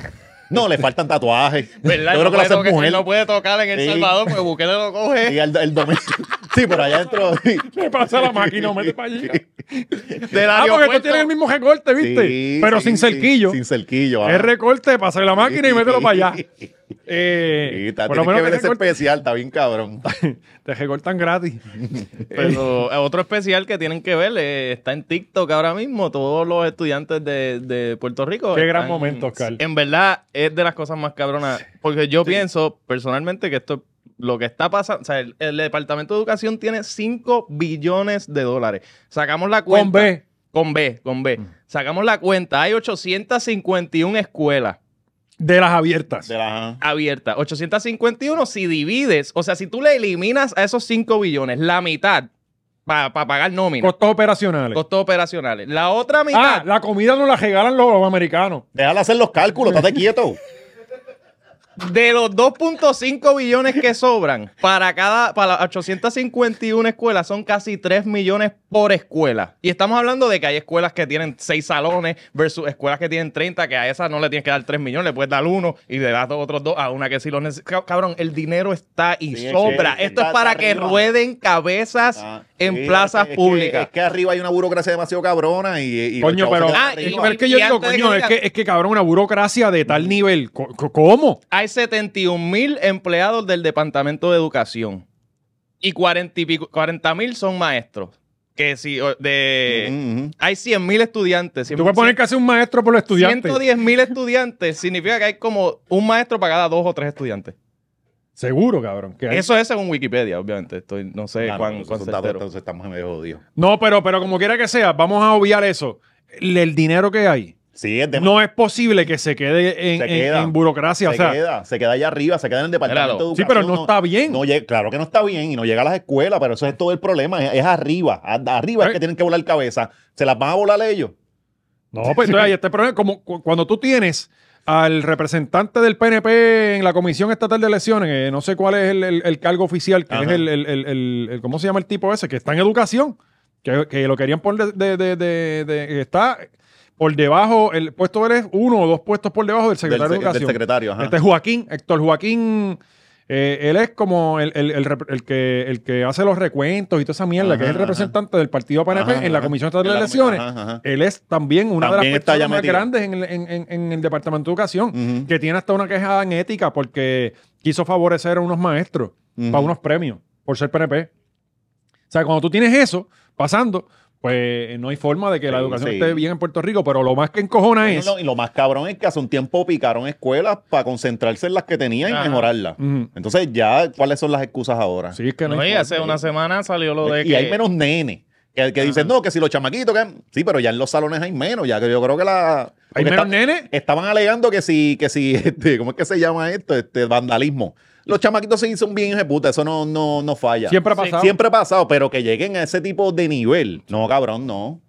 No, le faltan tatuajes. ¿Verdad? Yo no creo que lo puede hacen tocar- mujer. no puede tocar en El Sí. Salvador porque Bukele lo coge. Y el, el domingo. Sí, por allá adentro. sí. ¿Qué pasa la máquina? Mete para allí. Del Ah, porque tú aeropuerto. tienes el mismo recorte, ¿viste? Sí, Pero sí, sin sí, cerquillo. Sin cerquillo. ah. Es recorte, pasa la máquina y mételo para allá. Sí, Eh, está, por lo tienes que ver menos ese te, recortan, especial, está bien cabrón. te recortan gratis. Pero eh, otro especial que tienen que ver eh, está en TikTok ahora mismo. Todos los estudiantes de, de Puerto Rico. Qué gran están- momento, Oscar. En verdad, es de las cosas más cabronas. Porque yo pienso personalmente que esto lo que está pasando. O sea, el, el Departamento de Educación tiene 5 billones de dólares. Sacamos la cuenta. Con B. Mm. Con B, con B. Sacamos la cuenta. Hay 851 escuelas De las abiertas. De la- abiertas. 851 si divides, o sea, si tú le eliminas a esos 5 billones la mitad para pagar nómina, Costos operacionales. costos operacionales, la otra ah, mitad, la comida nos la regalan los, los americanos. Déjale hacer los cálculos, estate quieto. de los 2.5 billones que sobran para cada para las 851 escuelas son casi 3 millones por escuela. Y estamos hablando de que hay escuelas que tienen 6 salones versus escuelas que tienen 30, que a esas no le tienes que dar 3 millones, le puedes dar uno y le das los otros dos a una que sí los necesita. Cabrón, el dinero está y Sí, es que sobra. Esto es está- para está que arriba. rueden cabezas Ah, en sí, plazas es que- es que- públicas. Es que arriba hay una burocracia demasiado cabrona y. y Coño, los chavos pero, se quedan Ah, y- arriba. pero es que yo y digo, antes de coño, que es, digan- que, es que cabrón, una burocracia de Mm. tal nivel. Co- co- ¿Cómo? hay 71 mil empleados del Departamento de Educación y 40 mil son maestros. Que si o- de, Ujú, ujú. hay 100 mil estudiantes. Tú puedes poner casi un maestro por los estudiantes. 110 mil estudiantes significa que hay como un maestro para cada dos o tres estudiantes. Seguro, cabrón. que hay- Eso es según Wikipedia, obviamente. Estoy, no sé Eh, Claro, cuán, Ah, esos cuán son datos, certero. entonces estamos en medio jodidos. No, pero, pero como quiera que sea, vamos a obviar eso. El, el dinero que hay. Sí, es de No es posible que se quede en, Se en- queda. en burocracia. se o sea, queda, se queda allá arriba, se queda en el departamento Claro. de Sí, educación. pero no está bien. no llega- claro que no está bien y no llega a las escuelas, pero eso es todo el problema. Es, es arriba, a- arriba Eh. es que tienen que volar cabeza. ¿Se las van a volar ellos? No, pues entonces hay este problema. Como cu- cuando tú tienes al representante del PNP en la Comisión Estatal de Elecciones, eh, no sé cuál es el, el- el cargo oficial, que Ajá. es el, el- el- el- el- ¿Cómo se llama el tipo ese? Que está en educación. Que, que lo querían poner de. de- de- de- de- está por debajo, el puesto de él es uno o dos puestos por debajo del Del, secretario se- de Educación. del secretario. ajá. Este es Joaquín, Héctor Joaquín. eh, él es como el, el- el rep- el que, el que hace los recuentos y toda esa mierda, Ajá, que es el ajá. representante del partido PNP Ajá, en la ajá. Comisión Estatal de En la comi- Elecciones. ajá, ajá. Él es también una También de las está personas ya más metido. grandes en, el- en- en- en el Departamento de Educación, Ujú. que tiene hasta una queja en ética porque quiso favorecer a unos maestros Ujú. para unos premios por ser PNP. O sea, cuando tú tienes eso pasando, pues no hay forma de que la Sí, educación sí. Pues esté bien en Puerto Rico, pero lo más que encojona es... No, no, y lo más cabrón es que hace un tiempo picaron escuelas para concentrarse en las que tenían y Ajá. mejorarlas. Ujú. Entonces, ya, ¿cuáles son las excusas ahora? Sí, es que no, No, hay y forma. hace una semana salió lo de y que... hay menos nenes. Que, que dicen, no, que si los chamaquitos, que... sí, pero ya en los salones hay menos, ya que yo creo que la... ¿Hay porque menos nenes? Estaban alegando que si, que si, este, ¿cómo es que se llama esto? Este, vandalismo. Los chamaquitos sí son bien ejecuta, eso no, no, no falla. Siempre ha pasado. Siempre ha pasado, pero que lleguen a ese tipo de nivel. No, cabrón, no.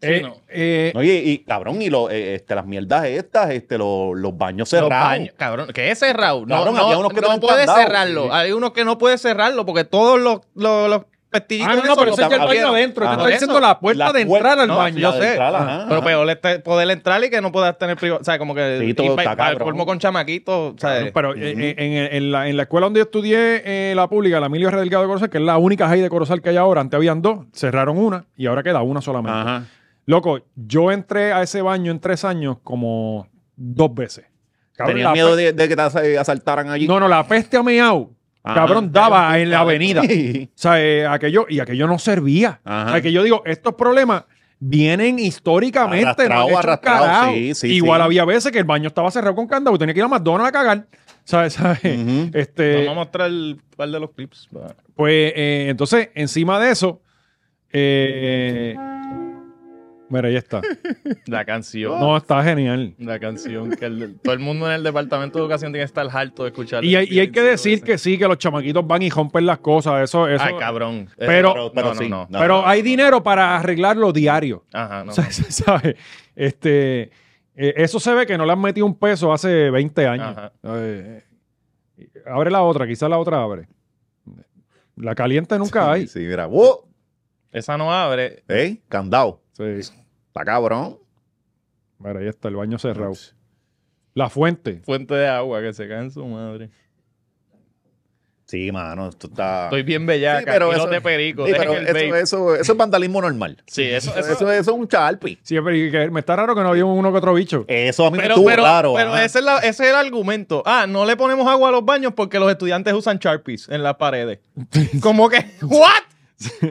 Eh, no. eh, No, y, y, cabrón, y lo, eh, este, las mierdas estas, este, lo- los baños Los cerrados. baños, cabrón, que es cerrado. No, Cabrón, había no, unos que no tenían puede candado. cerrarlo. Sí. Hay unos que no puede cerrarlo porque todos los, los, los pestillitos Ah, no, esos no, pero los ese es ya el baño abrieron. adentro. Yo Ajá. te estoy diciendo la puerta Ah, La de entrar puerta- al no, baño. yo la sé. de entrar, Ajá. ajá. Pero peor este, poder entrar y que no puedas tener privado. O sea, como que. Sí, todo y pa- está para el cabrón. colmo con chamaquitos. O sea, Cabrón, pero eh, eh, en, en la, en la escuela donde yo estudié eh, la pública, la Emilio R. Delgado de Corozal, que es la única high de Corozal que hay ahora, antes habían dos, cerraron una y ahora queda una solamente. Ajá. Loco, yo entré a ese baño en tres años como dos veces. Cabrón, Tenías la pe- miedo de, de que te as- eh, asaltaran allí. No, no, la peste a meao, Ajá. cabrón, daba en la avenida. O Sí. sea, eh, aquello, y aquello no servía. Ajá. O sea, que yo digo, estos problemas vienen históricamente. no han Arrastrao, hecho un arrastrao, carajo. sí, sí, Igual sí. había veces que el baño estaba cerrado con candado y tenía que ir a McDonald's a cagar. ¿Sabes? ¿Sabes? Ujú. Este, Vamos a mostrar un par de los clips. Pues eh, entonces, encima de eso, eh, mira, ahí está. La canción. No, está genial. La canción que el- todo el mundo en el departamento de educación tiene que estar harto de escuchar. Y hay, y hay que decir que sí, que los chamaquitos van y rompen las cosas, eso, eso. Ay, cabrón. Eh, Pero- no, no, pero sí. no. No, pero no, hay no. dinero para arreglarlo diario. Ajá, no. O sea, ¿Sabes? Este, eh, eso se ve que no le han metido un peso hace 20 años. Ajá. Eh, abre la otra, quizás la otra abre. La caliente nunca hay. Sí, mira. ¡Wow! Esa no abre. ¡Ey! Candado. Sí. Está cabrón. Mira, ahí está el baño cerrado. La fuente. Fuente de agua que se cae en su madre. Sí, mano, esto está. Estoy bien bellaca. Sí, pero y eso- los de perico. Sí, dejen pero el eso, vape. eso, eso es vandalismo normal. Sí, eso, Eso, eso- eso es un charpi. Sí, pero y que me está raro que no había uno que otro bicho. Eso a mí me Pero, estuvo pero- claro. pero ajá. ese, es la- ese es el argumento. Ah, no le ponemos agua a los baños porque los estudiantes usan Sharpies en las paredes. como que, ¿what?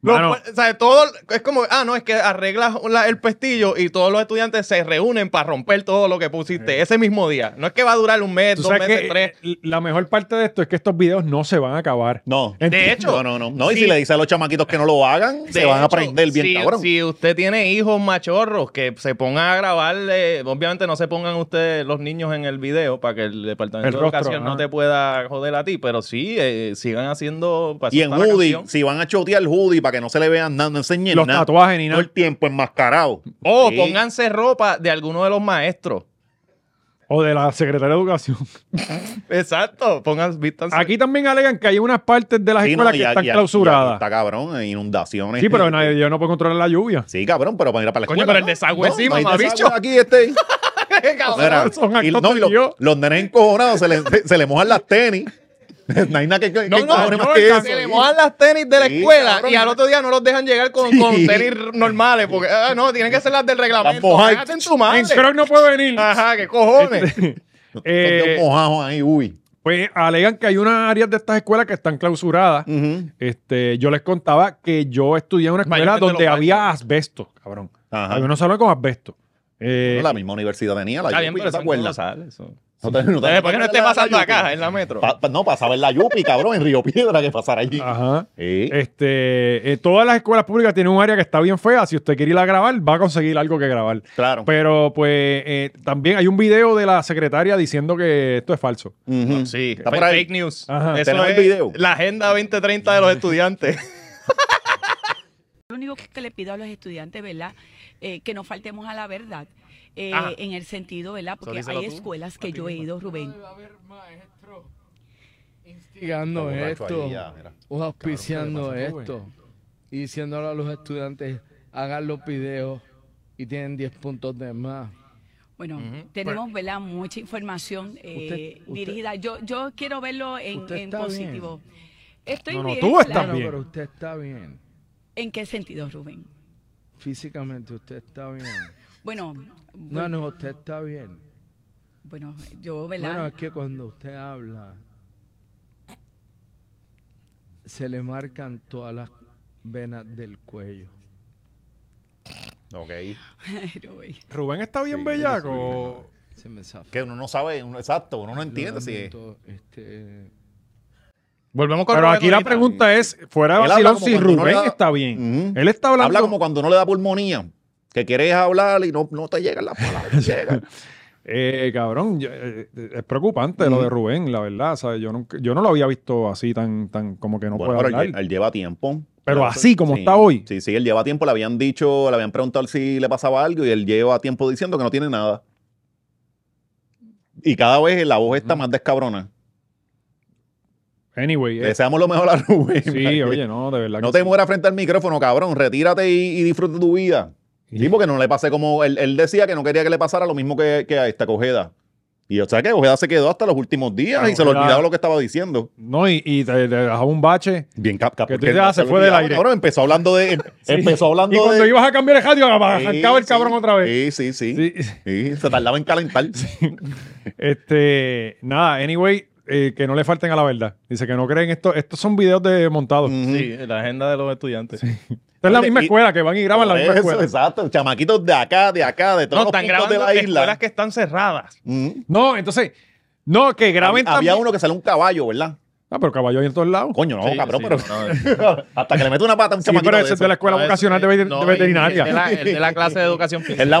Los Mano. pu- o sea, todo, es como, ah, no, es que arreglas la- el pestillo y todos los estudiantes se reúnen para romper todo lo que pusiste ese mismo día. No es que va a durar un mes, Tú dos sabes meses, que tres. eh, la mejor parte de esto es que estos videos no se van a acabar. No. Entiendo. De hecho, No, no, no. No, y sí. si le dice a los chamaquitos que no lo hagan, se van a aprender aprender bien, si, cabrón. Si usted tiene hijos machorros que se pongan a grabarle, obviamente no se pongan ustedes los niños en el video para que el departamento El de rostro, educación ajá. no te pueda joder a ti, pero sí eh, sigan haciendo para Y eso en está la hoodie, canción. si van a chotear el hoodie para que no se le vean nada, no enseñen Los nada. tatuajes Oh, ni Todo nada. el tiempo enmascarado. o Sí. pónganse ropa de alguno de los maestros. O de la Secretaría de Educación. Exacto, pongan vístanse. Aquí también alegan que hay unas partes de las Sí, no, escuelas y que a- están y a- y a- clausuradas. Está este- cabrón, hay inundaciones. Sí, pero nadie, yo no puedo controlar la lluvia. Sí, cabrón, pero para ir para la Coño, escuela. pero el desagüe sí, hay mamabicho. desagüe Aquí este. Cabrón. Mira, Son actos y, no, y de los, Dios. los nenes encojonados se le, se, se le mojan las tenis. no hay nada que, que No, no, encojone más no, que el eso. se le mojan las tenis de la Sí, escuela cabrón. y al otro día no los dejan llegar con, con Sí. tenis normales porque ah, no, tienen que ser las del reglamento. mojadas. Cágate en su madre. En Croc no puede venir. Ajá, qué Este, cojones. Son Eh, dos mojados ahí, uy. pues alegan que hay unas áreas de estas escuelas que están clausuradas. Mm. Este, yo les contaba que yo estudié en una escuela Mayormente donde los había asbesto, cabrón. Ajá. Había unos salones con asbesto. Eh, No, la misma universidad tenía, la Está bien, Yupi, pero ¿te eso no acuerdas? sale, eso. No te- no te- Eh, Después que no esté la- la pasando Yupi. acá, en la metro. Pa- pa- no, para saber la Yupi, cabrón, en Río Piedra que pasara allí. Ajá. Sí. Este, Ah. eh, todas las escuelas públicas tienen un área que está bien fea. Si usted quiere ir a grabar, va a conseguir algo que grabar. claro. Pero pues eh, también hay un video de la secretaria diciendo que esto es falso. Ujú. Sí, Está fake, por ahí. fake news. Ajá. Eso Tenemos es el video. la agenda 2030 de los estudiantes. Lo único que le pido a los estudiantes, ¿verdad? Eh, que no faltemos a la verdad. eh, Ajá. en el sentido, ¿verdad? Porque díselo hay tú, escuelas que yo he ido, Rubén. Va a haber maestros instigando Está borracho esto, ahí ya, mira. o auspiciando Cabrón, ¿qué le pasa a esto, y diciéndole a los estudiantes, hagan los videos y tienen 10 puntos de más. Bueno, tenemos, ¿verdad? Mucha información eh, Usted- usted- dirigida. Yo, yo quiero verlo en, Usted en está positivo. Estoy No, no, bien, tú estás claro. Bueno, bien. pero usted está bien. ¿En qué sentido, Rubén? Físicamente usted está bien. Bueno, No, bueno, no, usted está bien. bueno, yo, Bueno, ¿verdad? es que cuando usted habla, se le marcan todas las venas del cuello. Ok. Rubén. Rubén está bien bellaco. Se me zafa. Que uno no sabe, uno- exacto, uno no entiende Lo si es. lamento, este, Volvemos con Pero Rubén aquí la ahorita. pregunta es, fuera de Él habla vacilón, como si cuando no Rubén le da- está bien. Ujú. Él está hablando... Habla como cuando no le da pulmonía. Que quieres hablar y no, no te llegan las palabras. llega. Eh, cabrón, yo- eh, eh, es preocupante lo de Rubén, la verdad. ¿sabes? Yo, nunca- yo no lo había visto así tan, tan como que no Bueno, puede pero hablar. él, él lleva tiempo. Pero Claro, así sí, como sí. está hoy. Sí, sí, él lleva tiempo, le habían dicho, le habían preguntado si le pasaba algo y él lleva tiempo diciendo que no tiene nada. Y cada vez la voz está más descabrona. Anyway, Le eh, Deseamos lo mejor a Rubén. sí, oye, no, de verdad. No que te mueras frente al micrófono, cabrón. Retírate y, y disfruta tu vida. Sí. Sí, porque no le pasé como. Él, él decía que no quería que le pasara lo mismo que, que a esta Cojeda. Y o sea que Ojeda se quedó hasta los últimos días Claro, y se le Ojeda- olvidaba lo que estaba diciendo. No, y, y te, te dejaba un bache. Bien, cap, cap- Que tú porque dices, ah, no se le fue del olvidaba, aire. cabrón. empezó hablando de. em- Empezó hablando Y cuando de. ibas a cambiar el radio, arrancaba el Sí, cabrón sí. otra vez. Sí, sí, sí. Sí. Sí, se tardaba en calentar. Este, nada, anyway, eh, que no le falten a la verdad. Dice que no creen esto. Estos son videos de montados. Ujú. Sí, la agenda de los estudiantes. Esta es la Oye, misma Mm. y- escuela que van y graban la misma Eso, escuela. exacto. Chamaquitos de acá, de acá, de todos No, los están puntos de grabando la escuelas isla. que están cerradas. Ujú. No, entonces, no, que graben Había también. uno que sale un caballo, ¿verdad? Ah, pero caballo hay en todos lados. Coño, no, Sí, cabrón, sí, pero. no, Hasta que le mete una pata a un Sí, chamaquito. pero de ese es eso. de la escuela No, es- vocacional de, eh, veter- no, de es- veterinaria. Es de la, es de la clase de educación física. Es la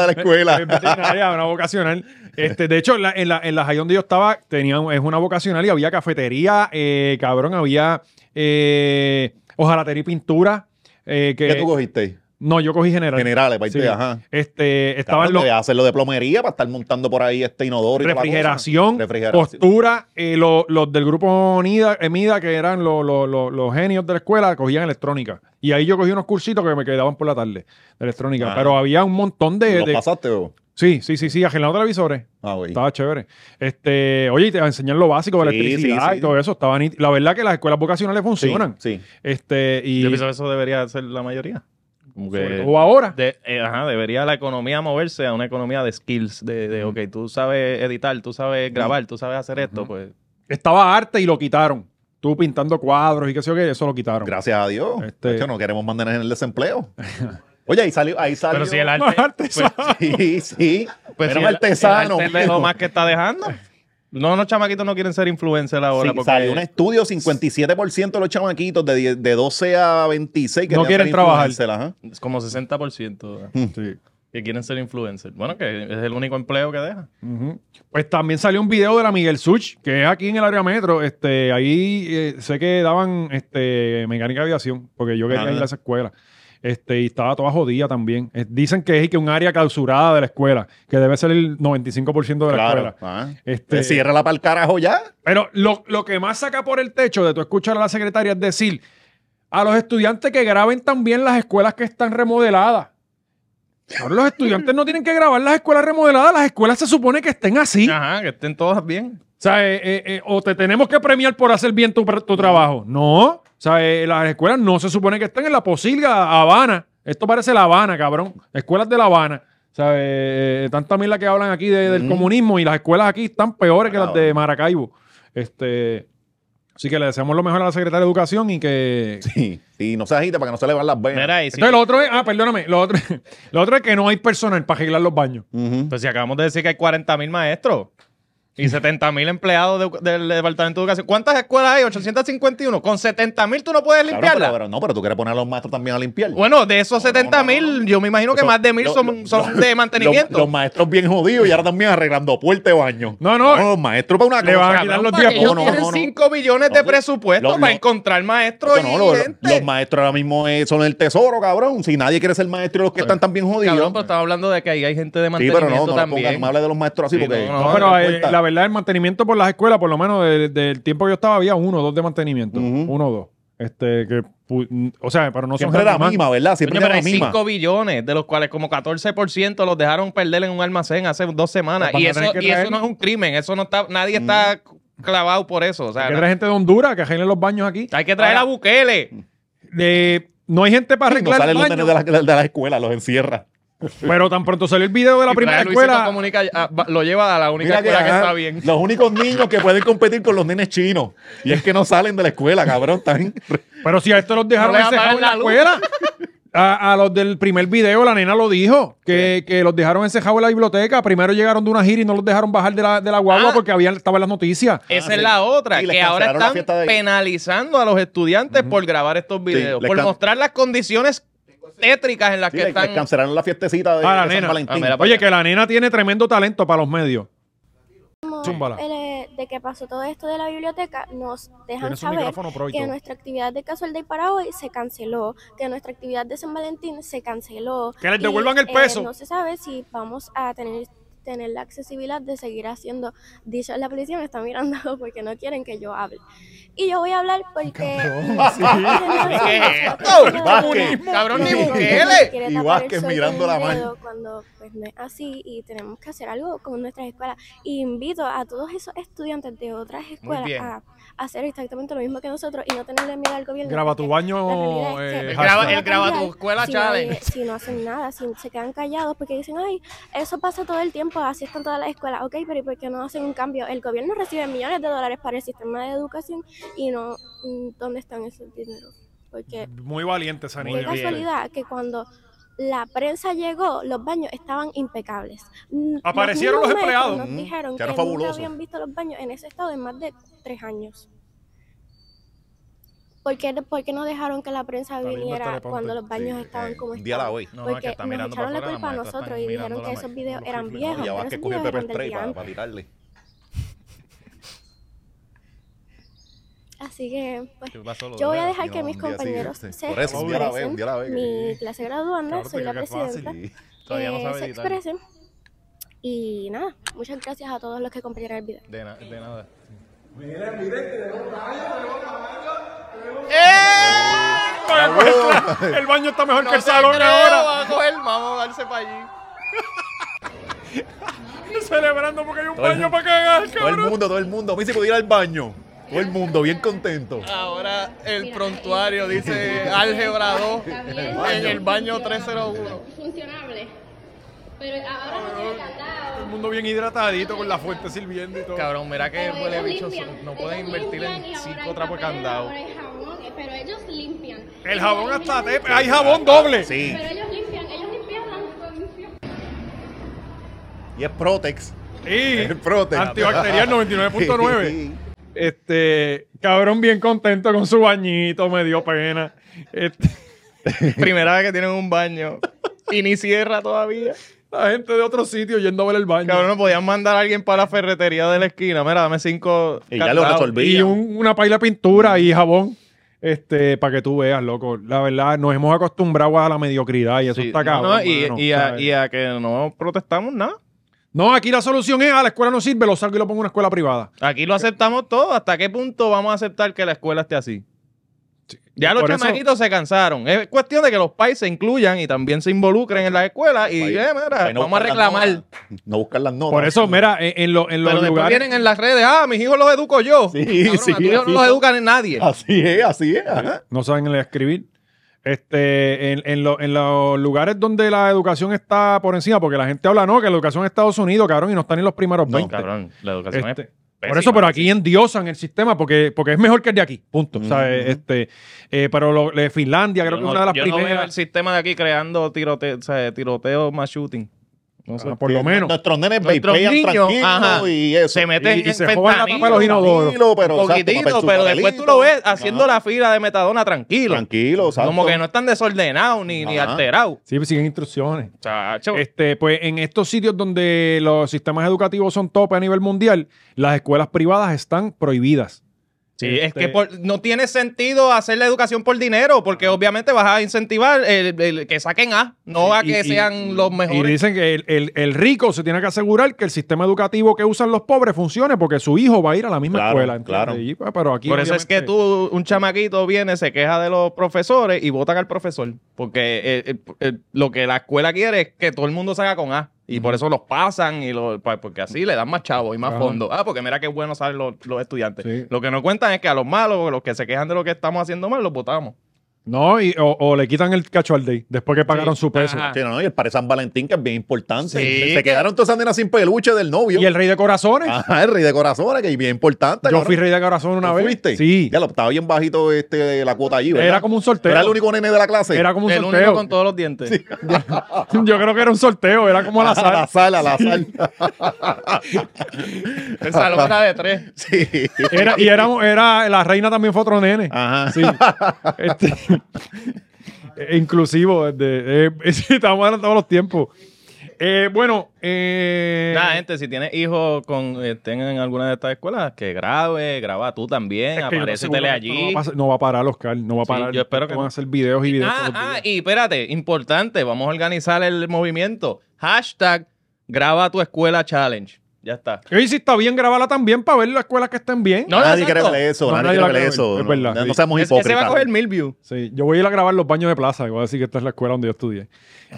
de la Es escuela. veterinaria, una vocacional. Este, de hecho, en la, en la, en la high donde yo estaba, tenían, es una vocacional y había cafetería, eh, cabrón, había eh, ojalatería y pintura. eh, que, ¿Qué tú cogiste? No, yo cogí general. Generales, para irte, Sí. ajá. Este, Estaban estaban los hacerlo de plomería para estar montando por ahí este inodoro y toda la cosa. refrigeración, refrigeración. postura, eh, lo- los del grupo Nida- Emida, que eran lo- lo- lo- los genios de la escuela, cogían electrónica. Y ahí yo cogí unos cursitos que me quedaban por la tarde de electrónica. Ah. Pero había un montón de. ¿Lo de- pasaste o? sí, sí, sí, sí, agendando televisores. Ah, güey. Estaba chévere. Este, oye, y te enseñan lo básico de Sí, electricidad sí, sí. y todo eso. Estaba nit- la verdad que las escuelas vocacionales Sí, funcionan. sí. Este, y Yo pienso que eso debería ser la mayoría. Como que- sobre todo ahora. de- eh, ajá, debería la economía moverse a una economía de skills, de, de ok, tú sabes editar, tú sabes grabar, tú sabes hacer esto, pues estaba arte y lo quitaron. Tú pintando cuadros y qué sé yo qué, eso lo quitaron. Gracias a Dios. Este- De hecho, no queremos mantener en el desempleo. Oye, ahí salió. Ahí salió. Pero si el Más arte, arte, pues, Sí, sí. pues si Era un el- artesano. el arte es mijo. lo más que está dejando. No, los chamaquitos no quieren ser influencers ahora. Sí, porque salió un estudio, 57% de los chamaquitos de, 10 de 12 a 26 que No tenían quieren ser trabajar. influencer, ajá. es como 60% Sí. que quieren ser influencers. Bueno, que es el único empleo que deja. Ujú. Pues también salió un video de la Miguel Such, que es aquí en el área metro. Este, ahí eh, sé que daban este, mecánica de aviación, porque yo quería Ah. ir a esa escuela. Este, y estaba toda jodida también. Eh, dicen que es que un área clausurada de la escuela, que debe ser el 95% de la Claro. escuela. ajá. Este- Ciérrala para el carajo ya. Pero lo, lo que más saca por el techo de tu escuchar a la secretaria es decir a los estudiantes que graben también las escuelas que están remodeladas. Ahora los estudiantes no tienen que grabar las escuelas remodeladas, las escuelas se supone que estén así. Ajá, que estén todas bien. O sea, eh, eh, eh, o te tenemos que premiar por hacer bien tu, tu trabajo. No. O sea, eh, las escuelas no se supone que estén en la posilga Habana. Esto parece La Habana, cabrón. Escuelas de La Habana. O sea, eh, eh, tanta mierda que hablan aquí de- del Mm. comunismo y las escuelas aquí están peores que las Cabrón. de Maracaibo. Este, así que le deseamos lo mejor a la secretaria de Educación y que... Sí, sí, no se agite para que no se le van las venas. Mira, y si, Entonces lo otro es... Ah, perdóname. Lo otro, lo otro es que no hay personal para arreglar los baños. Ujú. pues si acabamos de decir que hay 40 mil maestros y 70 mil empleados de- del Departamento de Educación, ¿cuántas escuelas hay? 851. Con 70 mil tú no puedes Cabrón, limpiarla. pero, pero no, pero tú quieres poner a los maestros también a limpiar. Bueno, de esos No, no, 70 mil, no, no, no. yo me imagino que Eso- más de mil lo- son, lo- son lo- de los, mantenimiento. los maestros bien jodidos y ahora también arreglando puerta de baño. No, no. los maestros para una Le van a quitar los Para que ellos No, no, tienen 5 billones No, de lo- presupuesto lo- para lo- encontrar No, maestros no, lo- y los, gente. maestros ahora mismo eh, son el tesoro, cabrón. Si nadie quiere ser maestro y los que están tan bien jodidos. Pues, Cabrón, pero estaba hablando de que ahí hay gente de sí, mantenimiento pero no, no, le también. pongas, no me hables de los maestros así Sí, porque. no, no, No, pero eh, importa. la verdad, el mantenimiento por las escuelas, por lo menos de- del tiempo que yo estaba, había uno o dos de mantenimiento. Ujú. Uno o dos. Este, que, pu- o sea, pero no son Siempre la grandes misma, ¿verdad? Siempre Coño, era pero la hay misma. 5 billones, de los cuales como 14% los dejaron perder en un almacén hace dos semanas. Pues van Y a eso, tener que y eso traer- no es un crimen, eso no está, Mm. nadie está clavado por eso. O sea, Hay que traer gente de Honduras que arregle los baños aquí. hay que traer a Ahora, Bukele. de- No hay gente para No arreglar salen los los nenes de baños. la, de la escuela, los encierra. Pero tan pronto salió el video de la Y trae primera a Luisito escuela. Comunica, ah, va- lo lleva a la única Mira escuela que ajá, está bien. Los únicos niños que pueden competir con los nenes chinos. Y es que no salen de la escuela, cabrón. Están Pero si a esto los dejaron No le encejados en la, apagan la escuela. A, a los del primer video, la nena lo dijo, que, que los dejaron encejados en la biblioteca. Primero llegaron de una gira y no los dejaron bajar de la, de la guagua Ah. porque habían, estaban las noticias. Esa Ah, es sí. la otra, Y les que ahora cancelaron la están fiesta de- penalizando a los estudiantes por grabar estos videos, les por can- mostrar las condiciones tétricas en las Sí, que le- están. le cancelaron la fiestecita de, Ah, la de San nena. Valentín. Ah, mira, pa- Oye, que la nena tiene tremendo talento para los medios. Zúmbala. Eh, de que pasó todo esto de la biblioteca, nos dejan Tiene su saber micrófono pro y que todo. nuestra actividad de Casual Day para hoy se canceló, que nuestra actividad de San Valentín se canceló. Que les y, devuelvan el eh, peso. no se sabe si vamos a tener tener la accesibilidad de seguir haciendo dicho la policía me está mirando porque no quieren que yo hable y yo voy a hablar porque ¿Qué es esto? Vázquez. Cabrón, ni Bukele. Bukele. quiere Y tapar el Vázquez sol con mirando la un mano. dedo Cuando pues, no es así y tenemos que hacer algo con nuestras escuelas. Y invito a todos esos estudiantes de otras escuelas bien. a hacer exactamente lo mismo que nosotros y no tenerle miedo al gobierno. Graba tu porque baño. la realidad es que- eh, El hashtag. graba- el graba tu escuela si challenge. nadie- si no hacen nada, si se quedan callados porque dicen, ay, eso pasa todo el tiempo, así están todas las escuelas. Ok, pero ¿y por qué no hacen un cambio? El gobierno recibe millones de dólares para el sistema de educación y no, mm, ¿dónde están esos dineros? Porque Muy valiente esa Qué niña. casualidad que cuando la prensa llegó, los baños estaban impecables. Mm, Aparecieron los mismos médicos empleados. Nos dijeron que Claro, fabuloso. nunca habían visto los baños en ese estado en más de tres años. ¿Por qué, por qué no dejaron que la prensa Está bien, no viniera está de cuando los baños Sí, estaban eh, como un día la estaban? hoy. No, no, es que Porque está nos mirando echaron para la afuera, culpa a las maestras nosotros están y mirando dijeron la que esos ma- videos los eran currículum. viejos, Y a pero Vázquez esos cogió el videos pepper eran del spray día para, antes. para tirarle. Así que, pues, ¿Qué pasó, lo yo voy a de- dejar que No, mis un día sí, compañeros sí. se Por eso, un día a la vez, un día a la vez. expresen. Mi clase graduanda, Cabrón, soy te la cagas fácil. presidenta. Sí. Todavía no eh, sabe se editar. expresen. Y nada, muchas gracias a todos los que compartieron el video. De, na- de nada. El baño está mejor que el se salón creo, ahora. Vamos a coger, vamos a darse para allí. Celebrando porque hay un Todo el- baño para cagar, Todo el cabrón. mundo, todo el mundo. Me dice pudiera ir al baño. Todo el mundo, bien contento. Ahora el prontuario dice álgebra 2 en el baño 301. funcionable. Pero ahora no tiene Ah, candado. Todo el mundo bien hidratadito con la fuente sirviendo y todo. Cabrón, mira que Pero eh, huele ellos bicho. limpian, No pueden ellos invertir limpian y en ahora hay cinco trapos de papel, candado. ahora hay jabón, eh, pero ellos limpian. El Ellos jabón limpian, hasta tepe. Hay jabón doble. Sí. Pero ellos limpian, ellos limpiaban, limpian. Y es Protex. Y El Protex. antibacterial 99.9. Sí. Este, cabrón, bien contento con su bañito, me dio pena. Este, Primera vez que tienen un baño. Y ni cierra todavía. la gente de otro sitio yendo a ver el baño. Cabrón, podían mandar a alguien para la ferretería de la esquina. Mira, dame cinco. Y ya lo candados. resolví. y un- una paila de pintura y jabón. Este, para que tú veas, loco. La verdad, nos hemos acostumbrado a la mediocridad y eso Sí, está no, cabrón. no, y, mano, y a, ¿sabes? y a que no protestamos nada. No, aquí la solución es, ah, la escuela no sirve, lo salgo y lo pongo en una escuela privada. Aquí lo aceptamos todo. ¿Hasta qué punto vamos a aceptar que la escuela esté así? Ya los Por eso- chamaquitos se cansaron. Es cuestión de que los países se incluyan y también se involucren en las escuelas y Para ir- eh, mira, para no vamos a buscar las reclamar. notas. No buscar las notas. Por eso, mira, en, en lo- en Pero los después lugares... vienen en las redes, ah, mis hijos los educo yo. Sí, Cabrón, sí, Ah, a tus hijos sí. no los educan en nadie. Así es, así es. ajá. no saben leer y escribir. Este, en, en lo- en los lugares donde la educación está por encima, porque la gente habla, no, que la educación en Estados Unidos, cabrón, y no están en los primeros No, 20. Cabrón, la educación Este, es por eso, pero aquí endiosan el sistema porque, porque es mejor que el de aquí, punto. Ujú. ¿sabes? Este, eh, pero lo- eh, Finlandia creo Yo que no- es una de las yo no veo el primeras, sistema de aquí creando tiroteos, o sea, tiroteos más shooting. No sé. ah, eh, por lo menos. Nuestros nenes Nuestros vapean niños, tranquilos ajá, y eso. se meten Y- y en se jodan la tapa de fentanilo, los inodoros. Tranquilo, pero, un exacto, poquito, papel pero después tú lo ves papelito. haciendo la fila de metadona tranquilo. Tranquilo, exacto. Como que no están desordenados ni, ni Ajá. alterados. Sí, pues siguen instrucciones. Chacho. Este, pues en estos sitios donde los sistemas educativos son tope a nivel mundial, las escuelas privadas están prohibidas. Sí, es este- que por- no tiene sentido hacer la educación por dinero, porque obviamente vas a incentivar el, el que saquen A, no a Y- que y- sean los Y mejores. dicen que el, el- el rico se tiene que asegurar que el sistema educativo que usan los pobres funcione porque su hijo va a ir a la misma Claro, escuela. ¿entiendes? claro. Y, pues, pero aquí Por eso es que obviamente, tú, un chamaquito viene, se queja de los profesores y votan al profesor. Porque eh, eh, eh, lo que la escuela quiere es que todo el mundo salga con A. Y por eso los pasan y lo, pa- porque así le dan más chavo y más Ajá. fondo. Ah, porque mira qué bueno salen los, los estudiantes. Sí. Lo que no cuentan es que a los malos, los que se quejan de lo que estamos haciendo mal, los votamos. No, y- o, o le quitan el cacho al day después que pagaron su peso. Ajá. Sí, no, no, y el Pare San Valentín, que es bien importante. Sí. Se quedaron todas esas nenas sin peluche del novio. Y el rey de corazones. Ajá, el rey de corazones, que es bien importante. Yo cabrón. fui rey de corazones una Ah, ¿Tú vez. fuiste? Sí. Ya lo estaba bien bajito este, la cuota allí, ¿verdad? Era como un sorteo. Era el único nene de la clase. Era como un El único sorteo. con todos los dientes. Yo creo que era un sorteo, era como al a la azar. sala, a la sala. El salón era de tres. Sí. Era, y era, era, la reina también fue otro nene. Ajá. Sí. Ah. Este, eh, inclusivo, desde, eh, sí, estamos hablando de todos los tiempos. Eh, bueno, eh, Nada, gente, si tienes hijos con estén en alguna de estas escuelas, que grabe, graba tú es también, que yo no aparece sé, bueno, esto allí. No va, a pasar- no va a parar, Oscar. No va a Sí, parar. yo espero que Van no. a hacer videos y videos. Ah, todos los ah, días. y espérate, importante, vamos a organizar el movimiento. Hashtag graba tu escuela challenge. Ya está. Oye, si está bien, grabarla también para ver las escuelas que estén bien. No, nadie exacto. quiere ver eso, No, nadie nadie la quiere ver quiere ver, eso. es verdad, No, no sí. seamos Es que se va a hipócritas. coger mil views. Sí, yo voy a ir a grabar los baños de plaza. y Voy a decir que esta es la escuela donde yo estudié.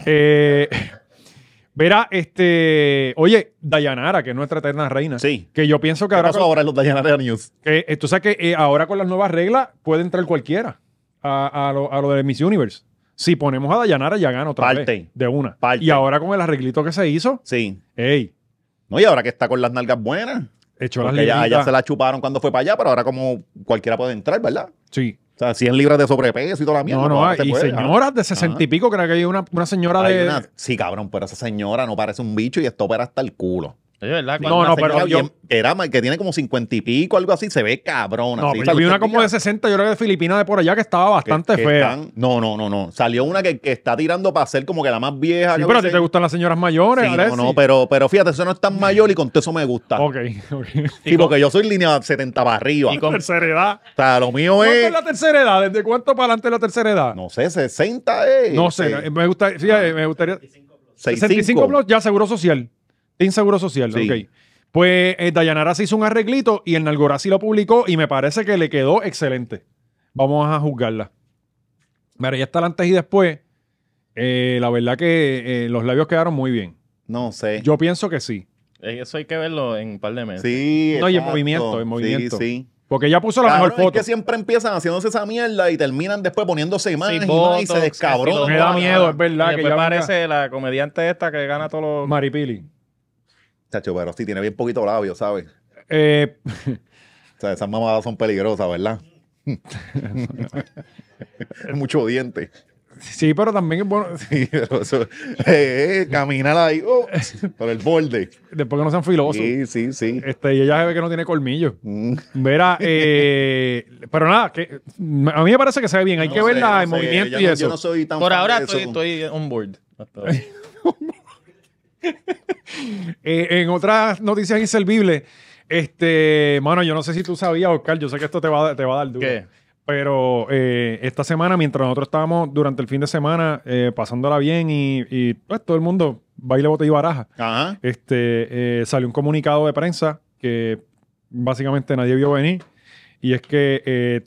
Eh, verá, este. Oye, Dayanara, que es nuestra eterna reina. Sí. Que yo pienso que ¿Qué ahora. pasó con- ahora en los Dayanara News? que, eh, tú sabes que eh, ahora con las nuevas reglas puede entrar cualquiera a, a lo, a lo de Miss Universe. Si ponemos a Dayanara, ya gana otra Parte. vez. De una. Parte. Y ahora con el arreglito que se hizo, Sí. ¡ey! No, y ahora que está con las nalgas buenas. Echó las Porque ya, libritas. ya se la chuparon cuando fue para allá, pero ahora como cualquiera puede entrar, ¿verdad? Sí. O sea, 100 libras de sobrepeso y toda la mierda. No, no, ahora ah, se y puede, señoras de sesenta y pico, creo que hay una, una señora Hay de. una- sí, cabrón, pero esa señora no parece un bicho y esto opera hasta el culo. Oye, ¿verdad? No, Una no, pero señora yo- bien- que, era, ma- que tiene como 50 y pico, algo así, se ve cabrón. No, así, pero yo salió vi una este como día de 60, yo creo que de Filipina de por allá, que estaba que- bastante que fea. están- no, no, no, no. Salió una que, que está tirando para ser como que la más vieja. Sí, que pero a no ti sé. te gustan las señoras mayores, Sí, no, Alexis. no, pero, pero fíjate, eso no es tan mayor y con todo eso me gusta. Ok, ok. Sí, porque yo soy línea 70 para arriba. Y con- Tercera edad. O sea, lo mío ¿Cuánto es es. la tercera edad? ¿Desde cuánto para adelante es la tercera edad? No, Pues- No sé, eh, este, 60 es. sé, eh, me, gusta, fíjate, me gustaría... 65 plus, ya seguro social. Tiene seguro social, Sí. ok. Pues eh, Dayanara se hizo un arreglito y el Nalgorazi lo publicó y me parece que le quedó excelente. Vamos a juzgarla. Mira, ya está el antes y después. Eh, la verdad que eh, los labios quedaron muy bien. No sé. Yo pienso que sí. Eh, Eso hay que verlo en un par de meses. Sí. No, y en exacto. movimiento, en movimiento. Sí, sí. Porque ella puso la Cabrón, mejor foto. Es que siempre empiezan haciéndose esa mierda y terminan después poniéndose más y más y botox, se descabronan. que Me si da lo- miedo, es verdad. Y Que después ya parece parece... la comediante esta que gana todos los... Maripili. Chacho, pero sí tiene bien poquito labio, ¿sabes? Eh, O sea, esas mamadas son peligrosas, ¿verdad? es mucho diente. sí, pero también es bueno. Sí, pero eso, eh, eh, caminar ahí oh, por el borde. Después que no sean filosos. Sí, sí, sí. Este, y ella se ve que no tiene colmillo. Mm. Verá, eh, pero nada, que, a mí me parece que se ve bien. Hay que No sé, verla no en sé, movimiento yo y no- eso. Yo no soy tan Por fan ahora de eso. estoy, estoy on board. Hasta ahora. Eh, en otras noticias inservibles, este, mano, yo no sé si tú sabías, Oscar, yo sé que esto te va, a- te va a dar duro. ¿Qué? Pero eh, esta semana, mientras nosotros estábamos durante el fin de semana eh, pasándola bien y, y, pues, todo el mundo baile, bote y baraja, Ajá. este, eh, salió un comunicado de prensa que básicamente nadie vio venir y es que eh,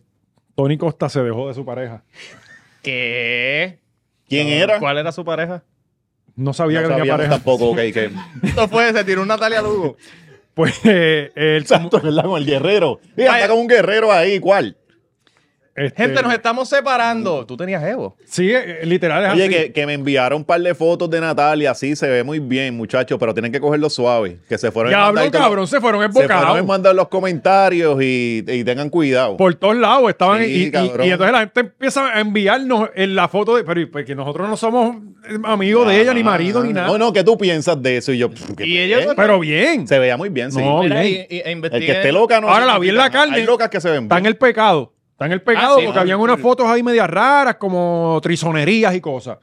Tony Costa se dejó de su pareja. ¿Qué? ¿Quién era? ¿Cuál era su pareja? No sabía No que tenía sabíamos pareja. tampoco, ok, que... No puede, se tiró un Natalia Lugo. Pues eh, el comu- Exacto, ¿verdad? Con el guerrero. Mira, Ay, está con un guerrero ahí, ¿cuál? este, Gente, nos estamos separando. Tú tenías Evo. Sí, eh, literal es Oye, así. que, que me enviaron un par de fotos de Natalia, sí, se ve muy bien, muchachos, pero tienen que cogerlo suave, que se fueron Ya mandar habló, todos los- cabrón, se fueron Se fueron embocados. en mandar los comentarios y, y tengan cuidado. por todos lados estaban Sí, y- y, y cabrón. entonces la gente empieza a enviarnos en la foto de pero porque nosotros no somos eh, amigos de ella ni marido ni nada Ah, No, no, ¿qué tú piensas de eso? Y yo, pff, ¿qué Y pe- ellos no- pero bien se veía muy bien, sí. No, Mira, bien. y- y- e el investigué. que esté loca no. ahora la vi en la significa nada. carne Hay locas que se ven está en bien. el pecado está en el pecado Ah, sí, porque ah, habían sí. unas fotos ahí medias raras como trisonerías y cosas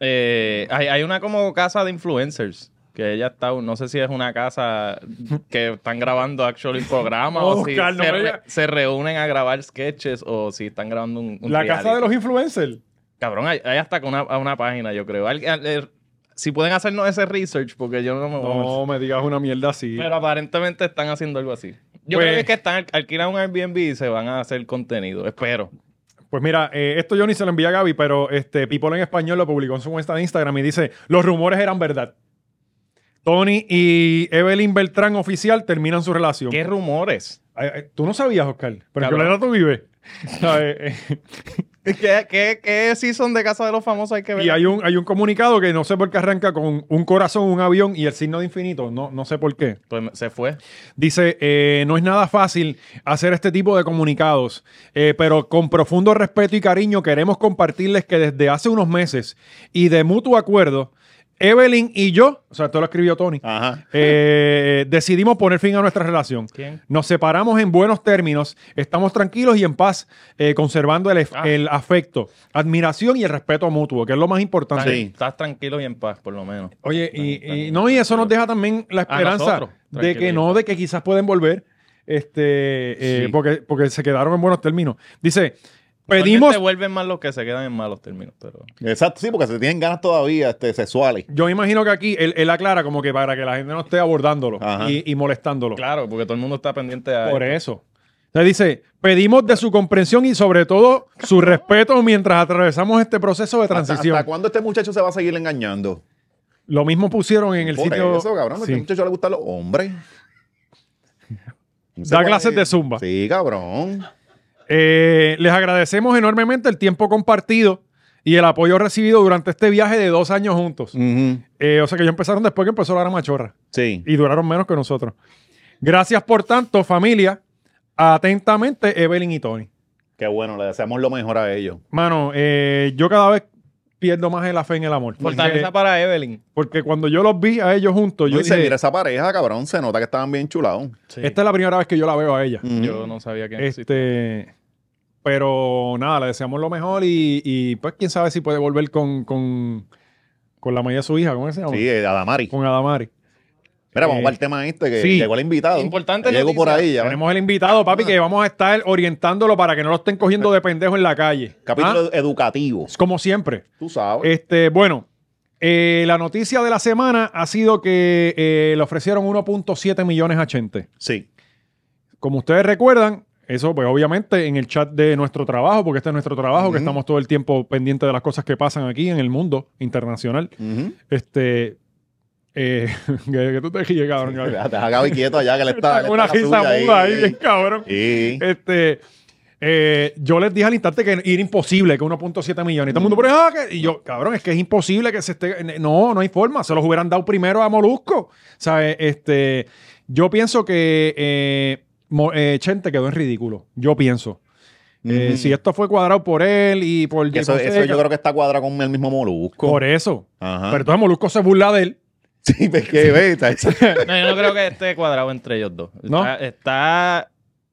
Eh, hay, hay una como casa de influencers. Que ella está, no sé si es una casa que están grabando actually programas o si Oscar, no me se, re- digas. se reúnen a grabar sketches o si están grabando un, un la reality. casa de los influencers Cabrón, hay, hay hasta con una, a una página, yo creo. Al- al- eh, si pueden hacernos ese research, porque yo no me voy a meter. no me digas una mierda así Pero aparentemente están haciendo algo así. Yo Pues- creo que es que están al- alquilan un Airbnb y se van a hacer contenido. Espero. Pues mira, eh, esto yo ni se lo envié a Gaby, pero este People en español lo publicó en su cuenta de Instagram y dice, los rumores eran verdad. Tony y Evelyn Beltrán oficial terminan su relación. ¿Qué rumores? Ay, ay, Tú no sabías, Oscar, pero ¿en qué Cabrón. planeta tú vives? ¿Sabes? Eh, ¿Qué, qué, qué season de Casa de los Famosos hay que ver? eh, y hay un, hay un comunicado que no sé por qué arranca con un corazón, un avión y el signo de infinito, no, no sé por qué. Pues se fue. Dice, eh, no es nada fácil hacer este tipo de comunicados, eh, pero con profundo respeto y cariño queremos compartirles que desde hace unos meses y de mutuo acuerdo, Evelyn y yo, o sea, esto lo escribió Tony, Ajá. eh, decidimos poner fin a nuestra relación. ¿Quién? Nos separamos en buenos términos, estamos tranquilos y en paz, eh, conservando el, ef- Ah. el afecto, admiración y el respeto mutuo, que es lo más importante. Sí. Estás tranquilo y en paz, por lo menos. Oye, y, Tan- y tan- no, y eso nos deja también la esperanza nosotros, de que tranquilo. no, de que quizás pueden volver, este, eh, Sí. porque, porque se quedaron en buenos términos. Dice, Pedimos. pedimos, Se vuelven más los que se quedan en malos términos, pero. Exacto, sí, porque se tienen ganas todavía este, sexuales. yo me imagino que aquí él, él aclara como que para que la gente no esté abordándolo Ajá. y, y molestándolo. Claro, porque todo el mundo está pendiente a. Por eso. O sea, dice, pedimos de su comprensión y sobre todo su respeto mientras atravesamos este proceso de ¿Hasta, transición. hasta cuándo este muchacho se va a seguir engañando? Lo mismo pusieron en el Por sitio. eso, cabrón. Sí. A este muchacho le gustan los hombres. No sé Da cuál clases es. de zumba. Sí, cabrón. Eh, les agradecemos enormemente el tiempo compartido y el apoyo recibido durante este viaje de dos años juntos. Ujú. Eh, o sea que ellos empezaron después que empezó la gran machorra Sí. y duraron menos que nosotros. Gracias por tanto, familia. Atentamente, Evelyn y Tony. Qué bueno, le deseamos lo mejor a ellos. Mano, eh, yo cada vez pierdo más la fe en el amor. Fortaleza para Evelyn. Porque cuando yo los vi a ellos juntos, yo No, y se dije, mira esa pareja, cabrón, se nota que estaban bien chulados. esta es la primera vez que yo la veo a ella. Ujú. Yo no sabía que existía. Este, pero nada, le deseamos lo mejor y, y, pues quién sabe si puede volver con, con, con la mayor de su hija, ¿cómo se llama? Sí, eh, Adamari. Con Adamari. Mira, vamos Eh, para el tema este que sí. llegó el invitado. Importante Llegó noticia. por ahí ya. Tenemos el invitado, papi, que vamos a estar orientándolo para que no lo estén cogiendo de pendejo en la calle. Capítulo ¿Ah? educativo. Como siempre. Tú sabes. Este, bueno, eh, la noticia de la semana ha sido que eh, le ofrecieron 1.7 millones a Chente. sí. Como ustedes recuerdan, eso pues obviamente en el chat de nuestro trabajo, porque este es nuestro trabajo, Ujú. que estamos todo el tiempo pendiente de las cosas que pasan aquí en el mundo internacional. Ujú. Este, eh, que, que tú te ríes, cabrón. Deja a Gaby quieto allá que le está. le Una está la risa suya muda ahí, bien cabrón. Sí. Este, eh, yo les dije al instante que era imposible que 1.7 millones. Y todo el mundo, pero, ah, que- Y yo, cabrón, es que es imposible que se esté. No, no hay forma. Se los hubieran dado primero a Molusco. ¿Sabes? Este, yo pienso que eh, Mo- eh, Chente quedó en ridículo. Yo pienso. Eh, Ujú. Si esto fue cuadrado por él y por. Que eso, Jay eso Fonseca, yo Ah. creo que está cuadrado con el mismo Molusco. Por eso. Ajá. Pero entonces Molusco se burla de él. sí, porque ve, está- No, yo no creo que esté cuadrado entre ellos dos. ¿No? Está, está-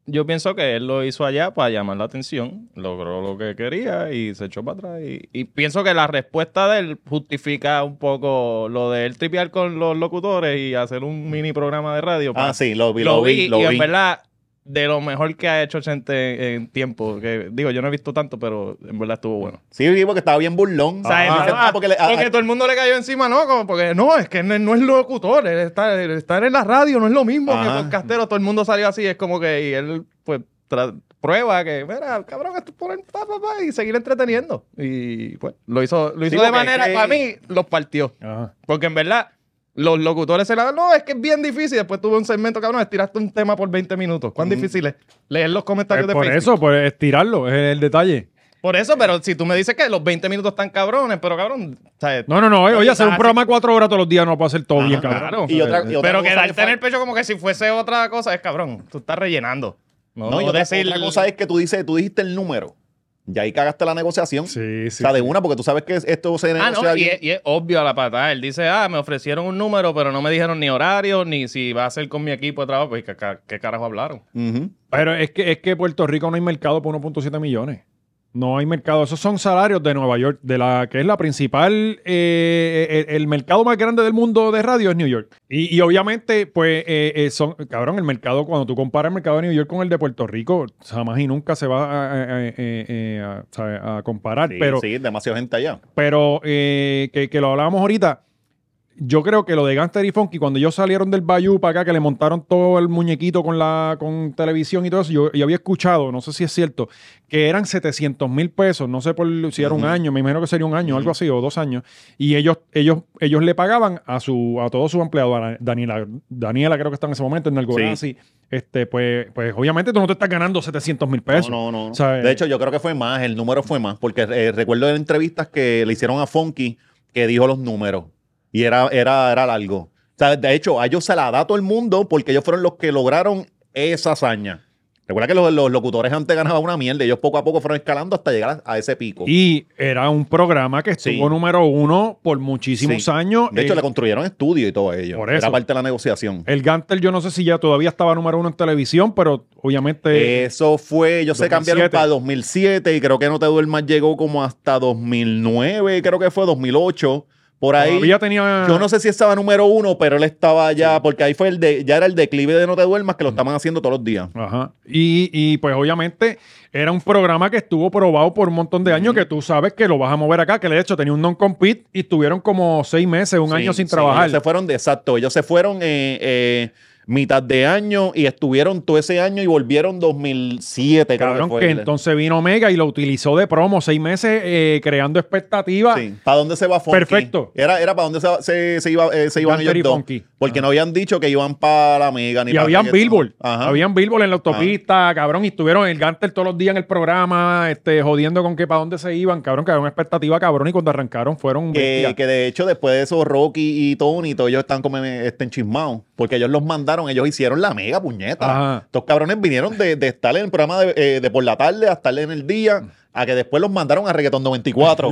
Yo pienso que él lo hizo allá para llamar la atención, logró lo que quería y se echó para atrás. Y, y pienso que la respuesta de él justifica un poco lo de él tripear con los locutores y hacer un mini programa de radio. Ah, pa- sí, lo vi, Lo vi, lo y vi. en verdad, de lo mejor que ha hecho Chente en tiempo. Que, digo, yo no he visto tanto, pero en verdad estuvo bueno. Sí, vi porque estaba bien burlón. O sea, Ah, él- ah, porque le- ah, porque ah, todo el mundo le cayó encima, ¿no? Como porque no, es que no, no es locutor, él está- él estar en la radio no es lo mismo Ajá. que podcastero, todo el mundo salió así, es como que y él pues tra- prueba que, mira, cabrón, esto es por el pa, pa, pa, y seguir entreteniendo. Y pues lo hizo, lo hizo porque de manera, es que- para mí, los partió. Porque en verdad, los locutores se la dan, no, es que es bien difícil. Después tuve un segmento, cabrón, estiraste un tema por 20 minutos. ¿Cuán difícil es leer los Eh, comentarios de por Facebook? eso, por estirarlo, es el detalle. Por Pues eso, pero si tú me dices que los 20 minutos están cabrones, pero cabrón, ¿sabes? No, no, no. eh, oye, hacer un Ah, programa de cuatro horas todos los días no puede hacer todo Ajá, bien, cabrón. Claro. Y otra- y otra pero cosa quedarte que fa- en el pecho como que si fuese otra cosa es cabrón. Tú estás rellenando. No, No, y otra, decir- otra cosa es que tú dices, tú dijiste el número. Y ahí cagaste la negociación. Sí, sí. o sea, de una, porque tú sabes que esto se Ah, negocia no, y bien. es, y es obvio a la patada. Él dice, ah, me ofrecieron un número, pero no me dijeron ni horario, ni si va a ser con mi equipo de trabajo. Pues, ¿qué, ca- qué carajo hablaron? Ujú. Pero es que, es que Puerto Rico no hay mercado por 1.7 millones. No hay mercado. Esos son salarios de Nueva York, de la que es la principal, eh, el, el mercado más grande del mundo de radio es New York. Y, y obviamente, pues, eh, eh, son, cabrón, el mercado, cuando tú comparas el mercado de New York con el de Puerto Rico, jamás y nunca se va a, a- a- eh, a- a- sabe, a comparar. Sí, pero sí, demasiada gente allá. pero eh, que, que lo hablábamos ahorita, yo creo que lo de Gangster y Funky, cuando ellos salieron del Bayou para acá, que le montaron todo el muñequito con la con televisión y todo eso, yo, yo había escuchado, no sé si es cierto, que eran 700 mil pesos, no sé por si era un Ujú. año, me imagino que sería un año, Ujú. algo así, o dos años, y ellos, ellos, ellos le pagaban a su, a todos sus empleados, a Daniela, Daniela creo que está en ese momento, en el este, pues, pues obviamente tú no te estás ganando 700 mil pesos. No, no, no. O sea, de hecho, yo creo que fue más, el número fue más, porque eh, recuerdo de entrevistas que le hicieron a Funky que dijo los números y era, era, era largo. O sea, de hecho, a ellos se la da todo el mundo porque ellos fueron los que lograron esa hazaña. Recuerda que los, los locutores antes ganaban una mierda. Ellos poco a poco fueron escalando hasta llegar a, a ese pico. Y era un programa que estuvo Sí. número uno por muchísimos Sí. años. De hecho, Eh, le construyeron estudio y todo ello. Por eso. Eh, Era parte de la negociación. el Gantel, yo no sé si ya todavía estaba número uno en televisión, pero obviamente. Eso fue, ellos se 2007. cambiaron para 2007 y creo que No Te Duermas llegó como hasta 2009, creo que fue 2008, por ahí. todavía tenía. Yo no sé si estaba número uno, pero él estaba ya, porque ahí fue el de, ya era el declive de No Te Duermas que lo estaban haciendo todos los días. Ajá. Y, y, pues obviamente era un programa que estuvo probado por un montón de años que tú sabes que lo vas a mover acá, que de hecho tenía un non-compete y estuvieron como seis meses, un Sí, año sin sí, trabajar. ellos se fueron, de, exacto, ellos se fueron eh, eh, mitad de año y estuvieron todo ese año y volvieron 2007, creo Cabrón, que fue. que el- entonces vino Omega y lo utilizó de promo seis meses eh, creando expectativas. Sí. ¿Para dónde se va Funky? Perfecto. Era, era para dónde se, va- se, se iba, eh, se iban Gunter y ellos dos. Funky. Ah. Porque no habían dicho que iban para la Mega ni Y para habían reggaetón. billboard. Ajá. Habían billboard en la autopista, cabrón. Y estuvieron el Gantel todos los días en el programa, este, jodiendo con que para dónde se iban, cabrón, que había una expectativa, cabrón. Y cuando arrancaron fueron Que, bestias. Eh, que de hecho, después de eso, Rocky y Tony, todos ellos están como en- este, enchismados. Porque ellos los mandaron, ellos hicieron la mega puñeta. Ajá. Estos cabrones vinieron de, de estar en el programa de, eh, de por la tarde a estar en el día, a que después los mandaron a Reggaetón 94.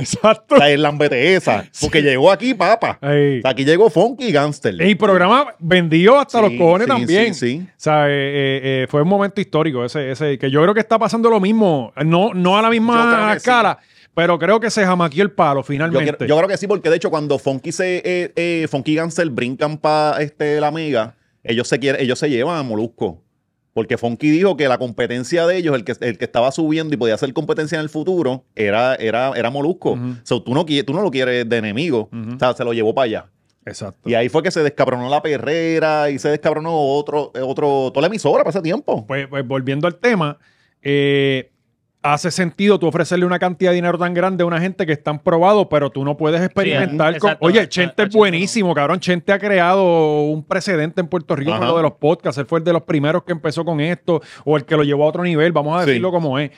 Exacto. O sea, en la esa. Porque llegó aquí, papa. Ey. O sea, aquí llegó Funky y Gangster. Y programa vendió hasta Sí, los cojones sí, también. sí, sí. O sea, eh, eh, eh, fue un momento histórico ese, ese, que yo creo que está pasando lo mismo. No, no a la Yo creo misma que sí. escala, pero creo que se jamaqueó el palo Yo, finalmente. quiero- yo creo que sí, porque de hecho, cuando Funky se, eh, eh, Funky y Gansel brincan para este, la mega, ellos se quieren, ellos se llevan a Molusco. Porque Funky dijo que la competencia de ellos, el que, el que estaba subiendo y podía hacer competencia en el futuro, era, era, era Molusco. Ujú. So, tú, no, qui- tú no lo quieres de enemigo. Ujú. O sea, se lo llevó para allá. Exacto. Y ahí fue que se descabronó la perrera y se descabronó otro, eh, otro, toda la emisora para ese tiempo. Pues, pues, volviendo al tema, eh, hace sentido tú ofrecerle una cantidad de dinero tan grande a una gente que están probado, pero tú no puedes experimentar Sí, con. exacto. Oye, A- Chente a- es buenísimo, cabrón. Chente ha creado un precedente en Puerto Rico con Ajá. lo de los podcasts. Él fue el de los primeros que empezó con esto, o el que lo llevó a otro nivel, vamos a Sí. decirlo como es.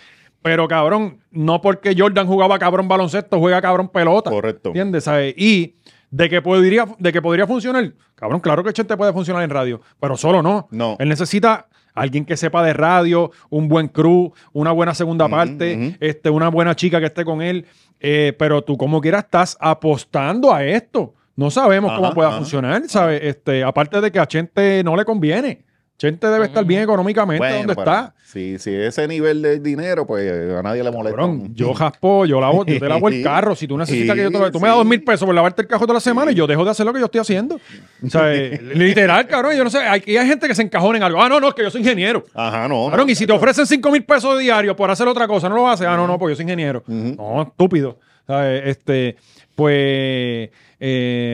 Pero cabrón, no porque Jordan jugaba cabrón baloncesto, juega cabrón pelota. Correcto. ¿Entiendes? ¿Sabes? Y de que podría, de que podría funcionar, cabrón, claro que Chente puede funcionar en radio, pero solo no. No. Él necesita alguien que sepa de radio, un buen crew, una buena segunda parte, ujú. este, una buena chica que esté con él. eh, pero tú, como quiera, estás apostando a esto. No sabemos Ajá, cómo pueda ajá. funcionar, ¿sabes? Este, aparte de que a Chente no le conviene. Chente debe estar bien económicamente donde pero está. Si, si ese nivel de dinero, pues eh, a nadie le molesta. Cabrón, yo jaspo, yo lavo, yo te lavo el carro. Si tú necesitas que yo te lo Tú me das Sí. dos mil pesos por lavarte el cajón toda la semana y yo dejo de hacer lo que yo estoy haciendo. O sea, eh, literal, cabrón. Yo no sé, aquí hay gente que se encajona en algo. Ah, no, no, es que yo soy ingeniero. Ajá, no. no. Cabrón, y si te ofrecen 5 mil pesos diarios por hacer otra cosa, no lo haces. Ah, no, no, porque yo soy ingeniero. No, estúpido. ¿Sabes? Este, pues,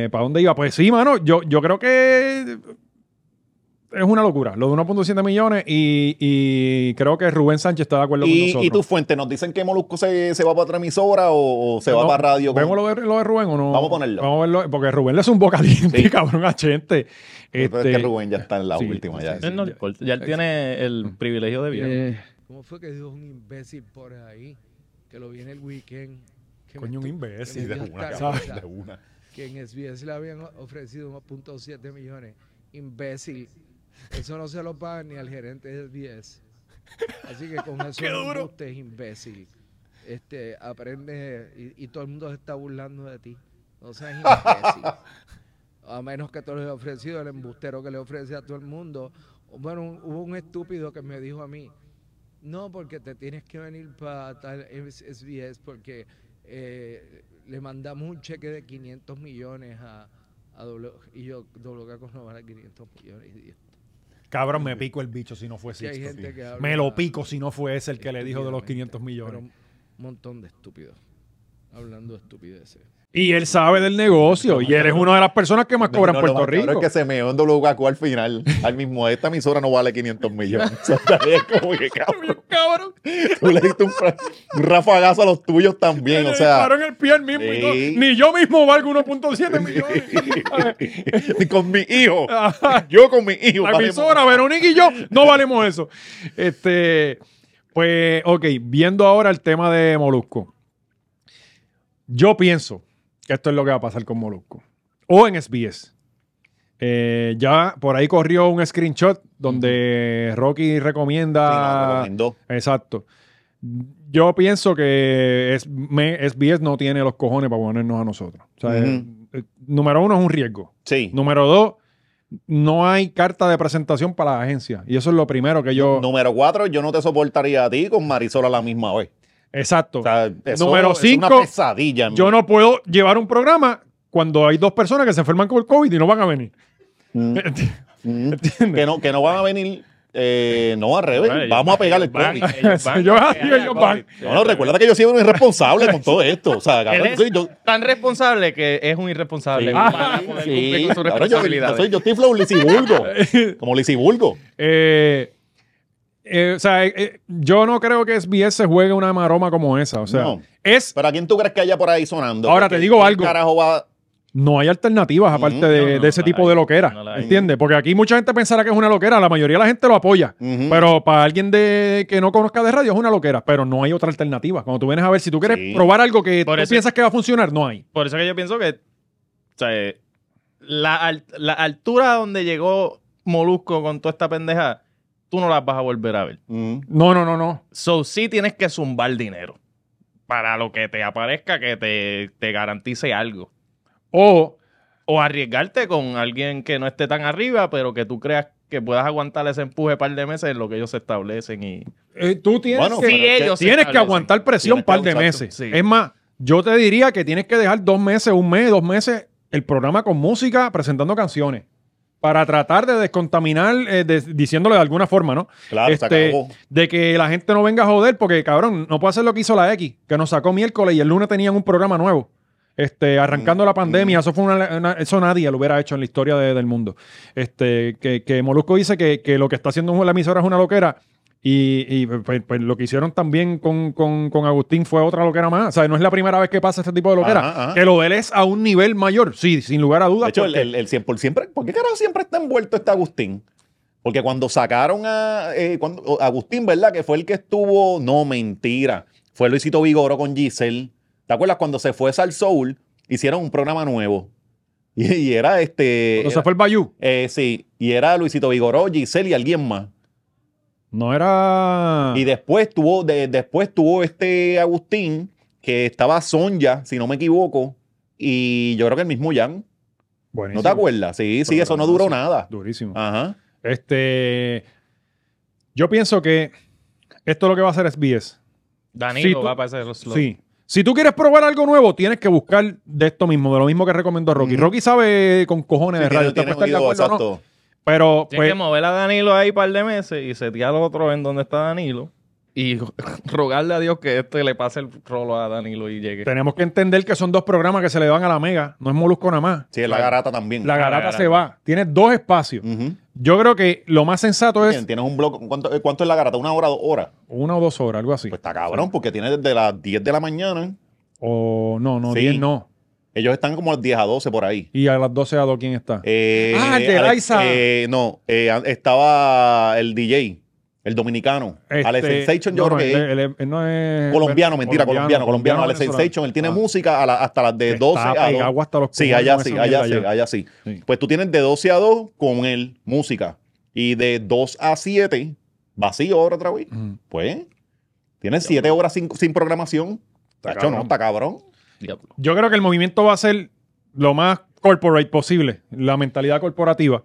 ¿para dónde iba? Pues sí, mano, yo, yo creo que es una locura. Lo de 1.7 millones y, y creo que Rubén Sánchez está de acuerdo con ¿Y, nosotros. y tus fuentes nos dicen que Molusco se, se va para otra emisora o, o se va No, para radio? con- ¿Vemos lo de, lo de Rubén o no? Vamos a ponerlo. Vamos a verlo, porque Rubén le es un boca caliente, cabrón, a gente. Pero es Este, que Rubén ya está en la sí, última. ya. sí, sí. Sí, Él no le importa, ya él tiene el privilegio de vida. Eh, ¿Cómo fue que dijo un imbécil por ahí? Que lo vi en el weekend. que me Coño, un estu- imbécil. que me de dio una, hasta cabrón, risa, de una. Que en SBS le habían ofrecido 1.7 millones. Imbécil. Eso no se lo pagan ni al gerente de SBS. Así que con eso no usted es imbécil. Este, aprende y, y todo el mundo se está burlando de ti. No seas imbécil. A menos que te lo he ofrecido, el embustero que le ofrece a todo el mundo. Bueno, un- hubo un estúpido que me dijo a mí, no, porque te tienes que venir para tal SBS porque eh, le mandamos un cheque de 500 millones a, a W- y yo WK no vale 500 millones. idiota. Cabrón, me pico el bicho si no fue Sí, hay Sixto. gente que habla Me lo pico si no fue ese el que le dijo de los estúpidamente, 500 millones. pero Un montón de estúpidos hablando de estupideces. Y él sabe del negocio. Y él es una de las personas que más No, cobra en no, lo Ah, Puerto más cabrón Rico. Es que se me en WKQ al final. Al mismo, esta emisora no vale 500 millones. O sea, es como que, cabrón, Cabrón, tú le diste un, fra- un rafagazo a los tuyos también. O sea, en el pie al mismo. y sí. todo. Ni yo mismo valgo 1.7 millones. Ah, y con mi hijo. Yo con mi hijo. La vale emisora, más. Verónica y yo, no valemos eso. Este, pues, ok, viendo ahora el tema de Molusco. Yo pienso que esto es lo que va a pasar con Molusco. O en SBS. Eh, ya por ahí corrió un screenshot donde Rocky Sí, no, recomienda. recomendó. Exacto. Yo pienso que es, me- SBS no tiene los cojones para ponernos a nosotros. O sea, Ujú. eh, eh, número uno es un riesgo. Sí. Número dos, no hay carta de presentación para la agencia. Y eso es lo primero que yo. Número cuatro, yo no te soportaría a ti con Marisol a la misma vez. Exacto. O sea, eso Número es cinco, una pesadilla. en yo mí. no puedo llevar un programa cuando hay dos personas que se enferman con el COVID y no van a venir. Mm, mm. que, no, que no van a venir. eh, no, al revés. Bueno, ellos Vamos van, a pegarle el ellos van, COVID. ellos van, Yo- que haya ellos van. COVID. No, no, recuerda que yo soy un irresponsable con todo esto. O sea, cabrón, Él es yo soy- yo, tan responsable que es un irresponsable. Sí. Para poder cumplir Ah, sí, con sus cabrón, yo, soy- yo, responsabilidades. soy, yo estoy flow lisibulgo. como lisibulgo. Eh, eh, o sea, eh, eh, yo no creo que SBS se juegue una maroma como esa. O sea, No. es Pero ¿a quién tú crees que haya por ahí sonando? Ahora te digo ¿quién algo. carajo va- no hay alternativas aparte No, de, Mm, no, de no ese la tipo hay, de loquera. no la hay. ¿Entiendes? Porque aquí mucha gente pensará que es una loquera. La mayoría de la gente lo apoya. Ujú. Pero para alguien de, que no conozca de radio es una loquera. Pero no hay otra alternativa. Cuando tú vienes a ver, si tú quieres Sí. probar algo que Por tú eso- piensas que va a funcionar, no hay. Por eso que yo pienso que. O sea, eh, la, al- la altura donde llegó Molusco con toda esta pendeja, tú no las vas a volver a ver. Mm. No, no, no, no. So, sí tienes que zumbar dinero para lo que te aparezca que te, te garantice algo. O O arriesgarte con alguien que no esté tan arriba, pero que tú creas que puedas aguantar ese empuje par de meses en lo que ellos se establecen y... eh, tú tienes Bueno, que... pero es que- ellos se Tienes que establecen. aguantar presión un Tienes que par de aguantar, meses. sí. Es más, yo te diría que tienes que dejar dos meses, un mes, dos meses el programa con música presentando canciones para tratar de descontaminar, eh, de- diciéndolo de alguna forma, ¿no? Claro, se Este, acabó. De que la gente no venga a joder, porque cabrón, no puede hacer lo que hizo la X, que nos sacó miércoles y el lunes tenían un programa nuevo. Este, Mm, arrancando la pandemia, eso fue una, una- eso nadie lo hubiera hecho en la historia de- del mundo. Este, que, que Molusco dice que, que lo que está haciendo la emisora es una loquera. Y, y, pues, pues, lo que hicieron también con, con- con Agustín fue otra loquera más. O sea, no es la primera vez que pasa este tipo de loquera. Ajá, ajá. Que lo de él es a un nivel mayor, sí, sin lugar a dudas. De hecho, el, porque- el, el 100% siempre, ¿por qué carajo siempre está envuelto este Agustín? Porque cuando sacaron a eh, cuando- o- Agustín, ¿verdad? Que fue el que estuvo, no, mentira. Fue Luisito Vigoro con Giselle. ¿Te acuerdas cuando se fue Sal Soul? Hicieron un programa nuevo. Y, y era este. cuando se era- fue el Bayou, eh, sí, y era Luisito Vigoró, Giselle y alguien más. no era. Y después tuvo, de- después tuvo este Agustín, que estaba Sonja, si no me equivoco, y yo creo que el mismo Jan. Buenísimo. ¿No te acuerdas? Ah, Sí, sí, eso no duró nada. Durísimo. Ajá. Este, yo pienso que esto es lo que va a hacer SBS. Danilo Sí, tú- va a pasar los slots. Sí. Si tú quieres probar algo nuevo, tienes que buscar de esto mismo, de lo mismo que recomendó Rocky. Rocky sabe con cojones Sí, de radio, tiene- usted tiene puede estar de oído, acuerdo o no, exacto. pero Tienes pues, que mover a Danilo ahí par de meses y setear al otro en donde está Danilo y rogarle a Dios que este le pase el rolo a Danilo y llegue. tenemos que entender que son dos programas que se le van a la mega, no es Molusco nada más. Sí, la garata también. La garata garata. se va, tienes dos espacios. Ujú. Yo creo que lo más sensato es Bien, Tienes un blog. ¿Cuánto, eh, cuánto es la garata? ¿Una hora, dos horas? una o dos horas, algo así. Pues está cabrón, porque tiene desde las 10 de la mañana. O no, no, Sí. 10 no. Ellos están como a las 10 a 12 por ahí. Y a las 12 a 2, ¿quién está? Eh, Ah, el de Alex- Liza. eh, no, eh, an- estaba el DJ, el dominicano. Este, Alex Sensation, yo no, creo que él- es. él- él- él no es Colombiano, mentira, colombiano, colombiano, Alex venezolano. Sensation. Él tiene Ah. música a la- hasta las de Está 12 a 2. pegado hasta los sí, cojones allá con sí, esa allá sí, mierda allá. allá sí. Sí. Pues tú tienes de 12 a 2 con él, música. Y de 2 a 7, vacío ahora otra vez. Ujú. Pues, tienes 7 horas sin, sin programación. Tacho, cabrón. no, está cabrón. Yo creo que el movimiento va a ser lo más corporate posible, la mentalidad corporativa.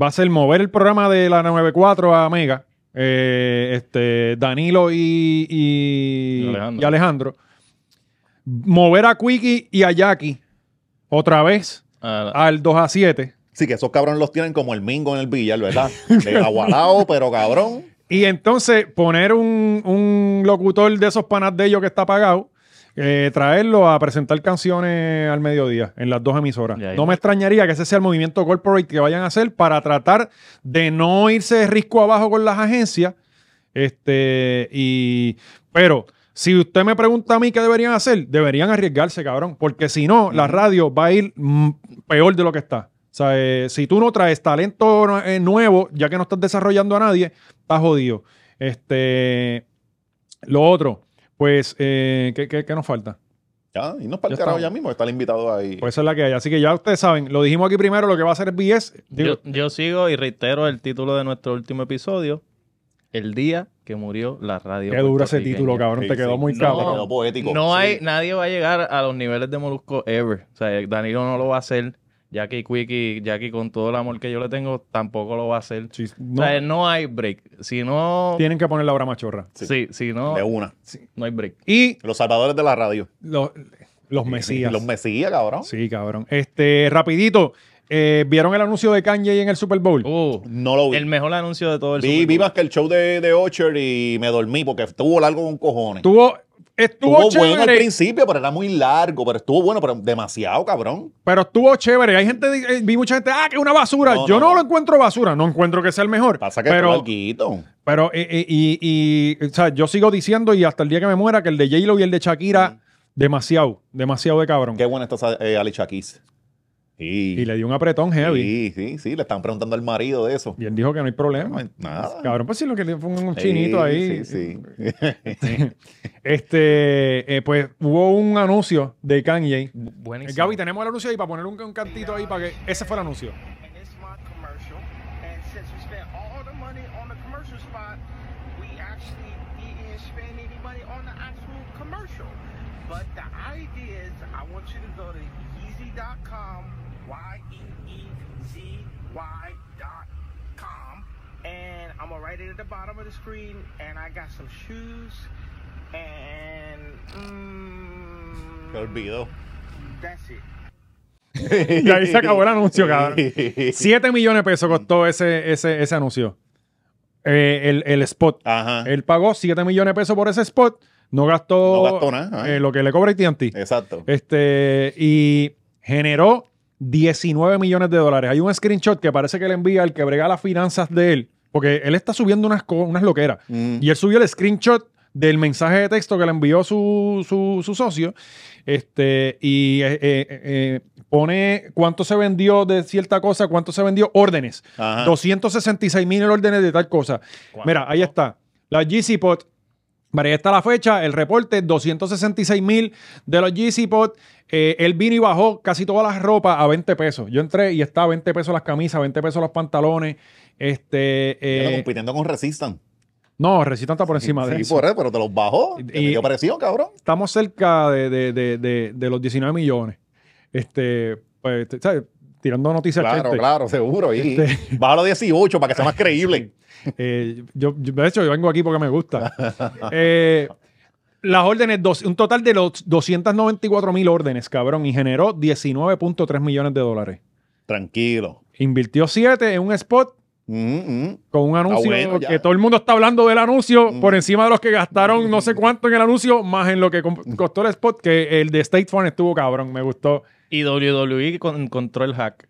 Va a ser mover el programa de la 94 a Mega, eh, este, Danilo y, y- Y Alejandro. y Alejandro. Mover a Quickie y a Jackie otra vez Ah, al 2 a 7. Sí, que esos cabrones los tienen como el mingo en el billar, ¿verdad? De agualao, pero cabrón. Y entonces poner un, un locutor de esos panas de ellos que está pagado, eh, traerlo a presentar canciones al mediodía en las dos emisoras. Ya, ya. No me extrañaría que ese sea el movimiento corporate que vayan a hacer para tratar de no irse de risco abajo con las agencias. Este, y, pero si usted me pregunta a mí qué deberían hacer, deberían arriesgarse, cabrón, porque si no, la radio va a ir mm, peor de lo que está. O sea, eh, si tú no traes talento eh, nuevo, ya que no estás desarrollando a nadie, estás jodido. Este, lo otro, pues, eh, ¿qué, qué- qué nos falta? Ya, y no para el Ya carajo estamos. ya mismo, está el invitado ahí. Pues esa es la que hay. Así que ya ustedes saben, lo dijimos aquí primero, lo que va a hacer BS. Digo, Yo, yo sigo y reitero el título de nuestro último episodio: El día que murió la radio. qué duro ese puertorriqueña. título, cabrón. Sí, te quedó sí. muy No, cabrón. te quedó poético. No Sí. hay, nadie va a llegar a los niveles de Molusco ever. O sea, Danilo no lo va a hacer. Jackie Quickie, Jackie, con todo el amor que yo le tengo, tampoco lo va a hacer. Sí, no, O sea, no hay break. Si no. tienen que poner la obra machorra. Sí, si no, De una. no hay break. Y Los salvadores de la radio. los, los mesías. Los Mesías, cabrón. Sí, cabrón. Este, rapidito. eh, ¿Vieron el anuncio de Kanye en el Super Bowl? Uh, No lo vi. el mejor anuncio de todo el vi, Super vi Bowl. más que el show de, de Ocher y me dormí porque estuvo largo con cojones. Estuvo, estuvo, Estuvo bueno al chévere, principio, pero era muy largo. Pero estuvo bueno, pero demasiado, cabrón. pero estuvo chévere. Hay gente, eh, vi mucha gente, ah, que es una basura. No, Yo no, no, no. lo encuentro basura, no encuentro que sea el mejor. Pasa que pero, estuvo larguito. pero eh, eh, y, y, o sea, yo sigo diciendo y hasta el día que me muera que el de J-Lo y el de Shakira, demasiado, demasiado de cabrón. Qué buena está eh, Alicia Keys. Sí. Y le dio un apretón heavy. Sí, sí, sí, le están preguntando al marido de eso. Y él dijo que no hay problema. No, nada. Cabrón, pues sí, lo que le fue un Sí, chinito ahí. Sí, sí. Este, eh, pues hubo un anuncio de Kanye. Mm. Bu- Buenísimo. Gaby, tenemos el anuncio ahí para poner un, un cantito ahí para que. Ese fue el anuncio. and it's my commercial. And since we spent all the money on the commercial spot, we actually didn't spend any money on the actual commercial. But the idea is I want you to E go to Yeezy.com, E Y-E-E-Z-Y dot com, and I'm gonna write it at the bottom of the screen. And I got some shoes, and mm, Te olvidó. that's it. Y ahí se acabó el anuncio, cabrón. 7 millones de pesos costó ese, ese, ese anuncio. Eh, el, el spot. Ajá. Él pagó 7 millones de pesos por ese spot. No gastó, No gastó nada. eh, lo que le cobra AT&T. Exacto. Este, y generó 19 millones de dólares. Hay un screenshot que parece que le envía el que brega las finanzas de él, porque él está subiendo unas, co- unas loqueras. Mm. Y él subió el screenshot del mensaje de texto que le envió su, su, su socio. Este, y eh, eh, eh, pone cuánto se vendió de cierta cosa, cuánto se vendió órdenes. Ajá. 266 mil órdenes de tal cosa. Mira, ahí está. La GC Pod. Vale, ahí está la fecha, el reporte, 266 mil de los GC Pod. Eh, él vino y bajó casi todas las ropas a 20 pesos. Yo entré y estaba a 20 pesos las camisas, 20 pesos los pantalones. Este, Pero eh, compitiendo con Resistan. no, Recita está por encima de Sí, eso. por eso, pero te los bajó. Y- Y, te dio presión, cabrón. Estamos cerca de, de- de- de- de los 19 millones. Este, pues, te- ¿sabes? Tirando noticias. Claro, chente. claro, seguro. Y Este bájalo a 18 para que sea más creíble. Eh, yo, yo- de hecho, yo vengo aquí porque me gusta. Eh, las órdenes, dos- un total de los 294 mil órdenes, cabrón, y generó 19.3 millones de dólares. Tranquilo. Invirtió 7 en un spot Mm, mm. con un anuncio bueno, ya. Mm. que todo el mundo está hablando del anuncio por encima de los que gastaron no sé cuánto en el anuncio, más en lo que com- costó el spot, que el de State Farm estuvo cabrón, me gustó. Y WWE con- encontró el hack.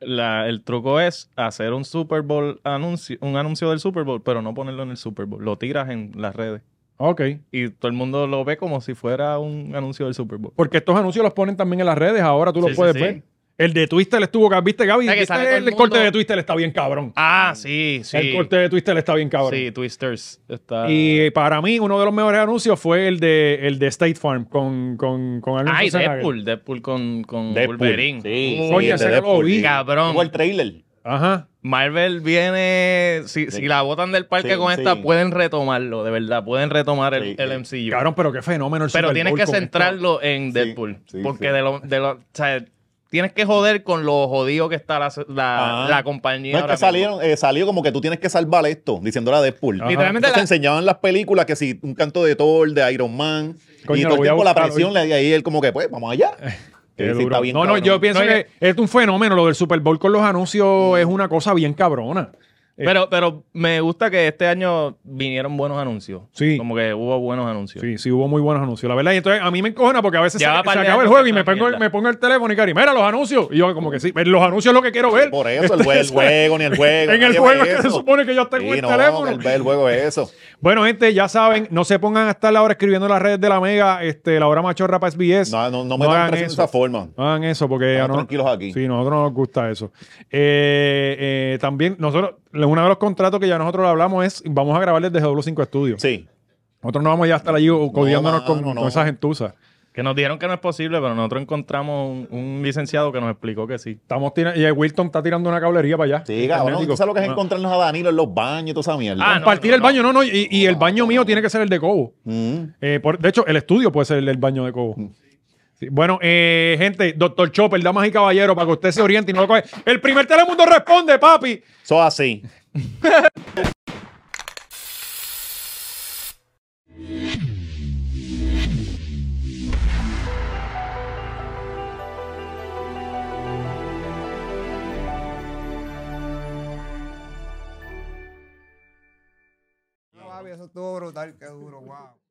La- el truco es hacer un Super Bowl anuncio, un anuncio del Super Bowl, pero no ponerlo en el Super Bowl. Lo tiras en las redes. Ok. Y todo el mundo lo ve como si fuera un anuncio del Super Bowl. Porque estos anuncios los ponen también en las redes, ahora tú los Sí, sí, puedes sí. ver. El de Twister estuvo, cabrón. ¿viste Gaby? O sea, que ¿Viste sale todo el, el corte mundo- de Twister está bien cabrón. Ah, sí, sí. El corte de Twister está bien cabrón. Sí, Twisters. Está... Y eh, para mí, uno de los mejores anuncios fue el de, el de State Farm con, con, con Arnold Ay, Schwarzenegger. Deadpool. Deadpool con, con Deadpool. Wolverine. Sí, Uh, sí, Coño, el ese de que lo Deadpool, vi. sí. Cabrón. Tuvo el trailer. Ajá. Marvel viene. Si, si la botan del parque Sí, con esta, sí. pueden retomarlo, de verdad. Pueden retomar el, Sí, el sí. MCU. Cabrón, pero qué fenómeno el Pero Super tienes Bowl que con esto. centrarlo en Sí, Deadpool. sí, porque sí. de lo, de lo- o sea, tienes que joder con lo jodido que está la, la, Ajá. la compañía. ahora Ah. No, es que mismo. salieron, eh, salió como que tú tienes que salvar esto, diciéndole a Deadpool. Ajá. Literalmente Entonces la- enseñaban las películas que si un canto de Thor, de Iron Man, Coño, y lo todo el voy a tiempo la buscar presión le di ahí él como que pues vamos allá. Qué Sí, sí, duro. está bien, no, no, cabrón. yo pienso No, Mm. que es un fenómeno. Lo del Super Bowl con los anuncios es una cosa bien cabrona. Eh. Pero, pero me gusta que este año vinieron buenos anuncios. Sí. Como que hubo buenos anuncios. Sí, sí, hubo muy buenos anuncios. La verdad, y entonces a mí me encojona porque a veces se, Ya va se par de acaba años el juego que y me esta pongo, mierda. me pongo el teléfono y Cari, mira los anuncios. Y yo como que sí, pues, los anuncios es lo que quiero ver. Este, Por eso, el jue- el juego, ni el juego. En el nadie juego ve es que se eso. supone que yo tengo el no, teléfono. El, el juego es eso. Bueno, gente, ya saben, no se pongan a estar ahora escribiendo en las redes de la Mega, este, la hora machorra para SBS. No, no, no me dan hagan presión de eso. esa forma. No hagan eso porque Estamos a no- tranquilos aquí. Sí, nosotros nos gusta eso. Eh, eh, también, nosotros, uno de los contratos que ya nosotros le hablamos es vamos a grabar desde W5 Studios. Sí. Nosotros no vamos ya a estar allí codiándonos mano, con, no. con esa gentuza. Que nos dijeron que no es posible, pero nosotros encontramos un, un licenciado que nos explicó que sí. Estamos tira- y el Wilton está tirando una cablería para allá. Sí, cabrón. ¿Tú Internético. sabes lo que es No. encontrarnos a Danilo en los baños y toda esa mierda? Ah, Compartir el baño, no, no. Y, y el baño mío tiene que ser el de Cobo. Mm. Eh, por- de hecho, el estudio puede ser el, del baño de Cobo. Sí, bueno, eh, gente, doctor Chopper, damas y caballeros, para que usted se oriente y no lo coge. El primer Telemundo responde, papi. Eso así. No, Javi, eso estuvo brutal, qué duro, wow.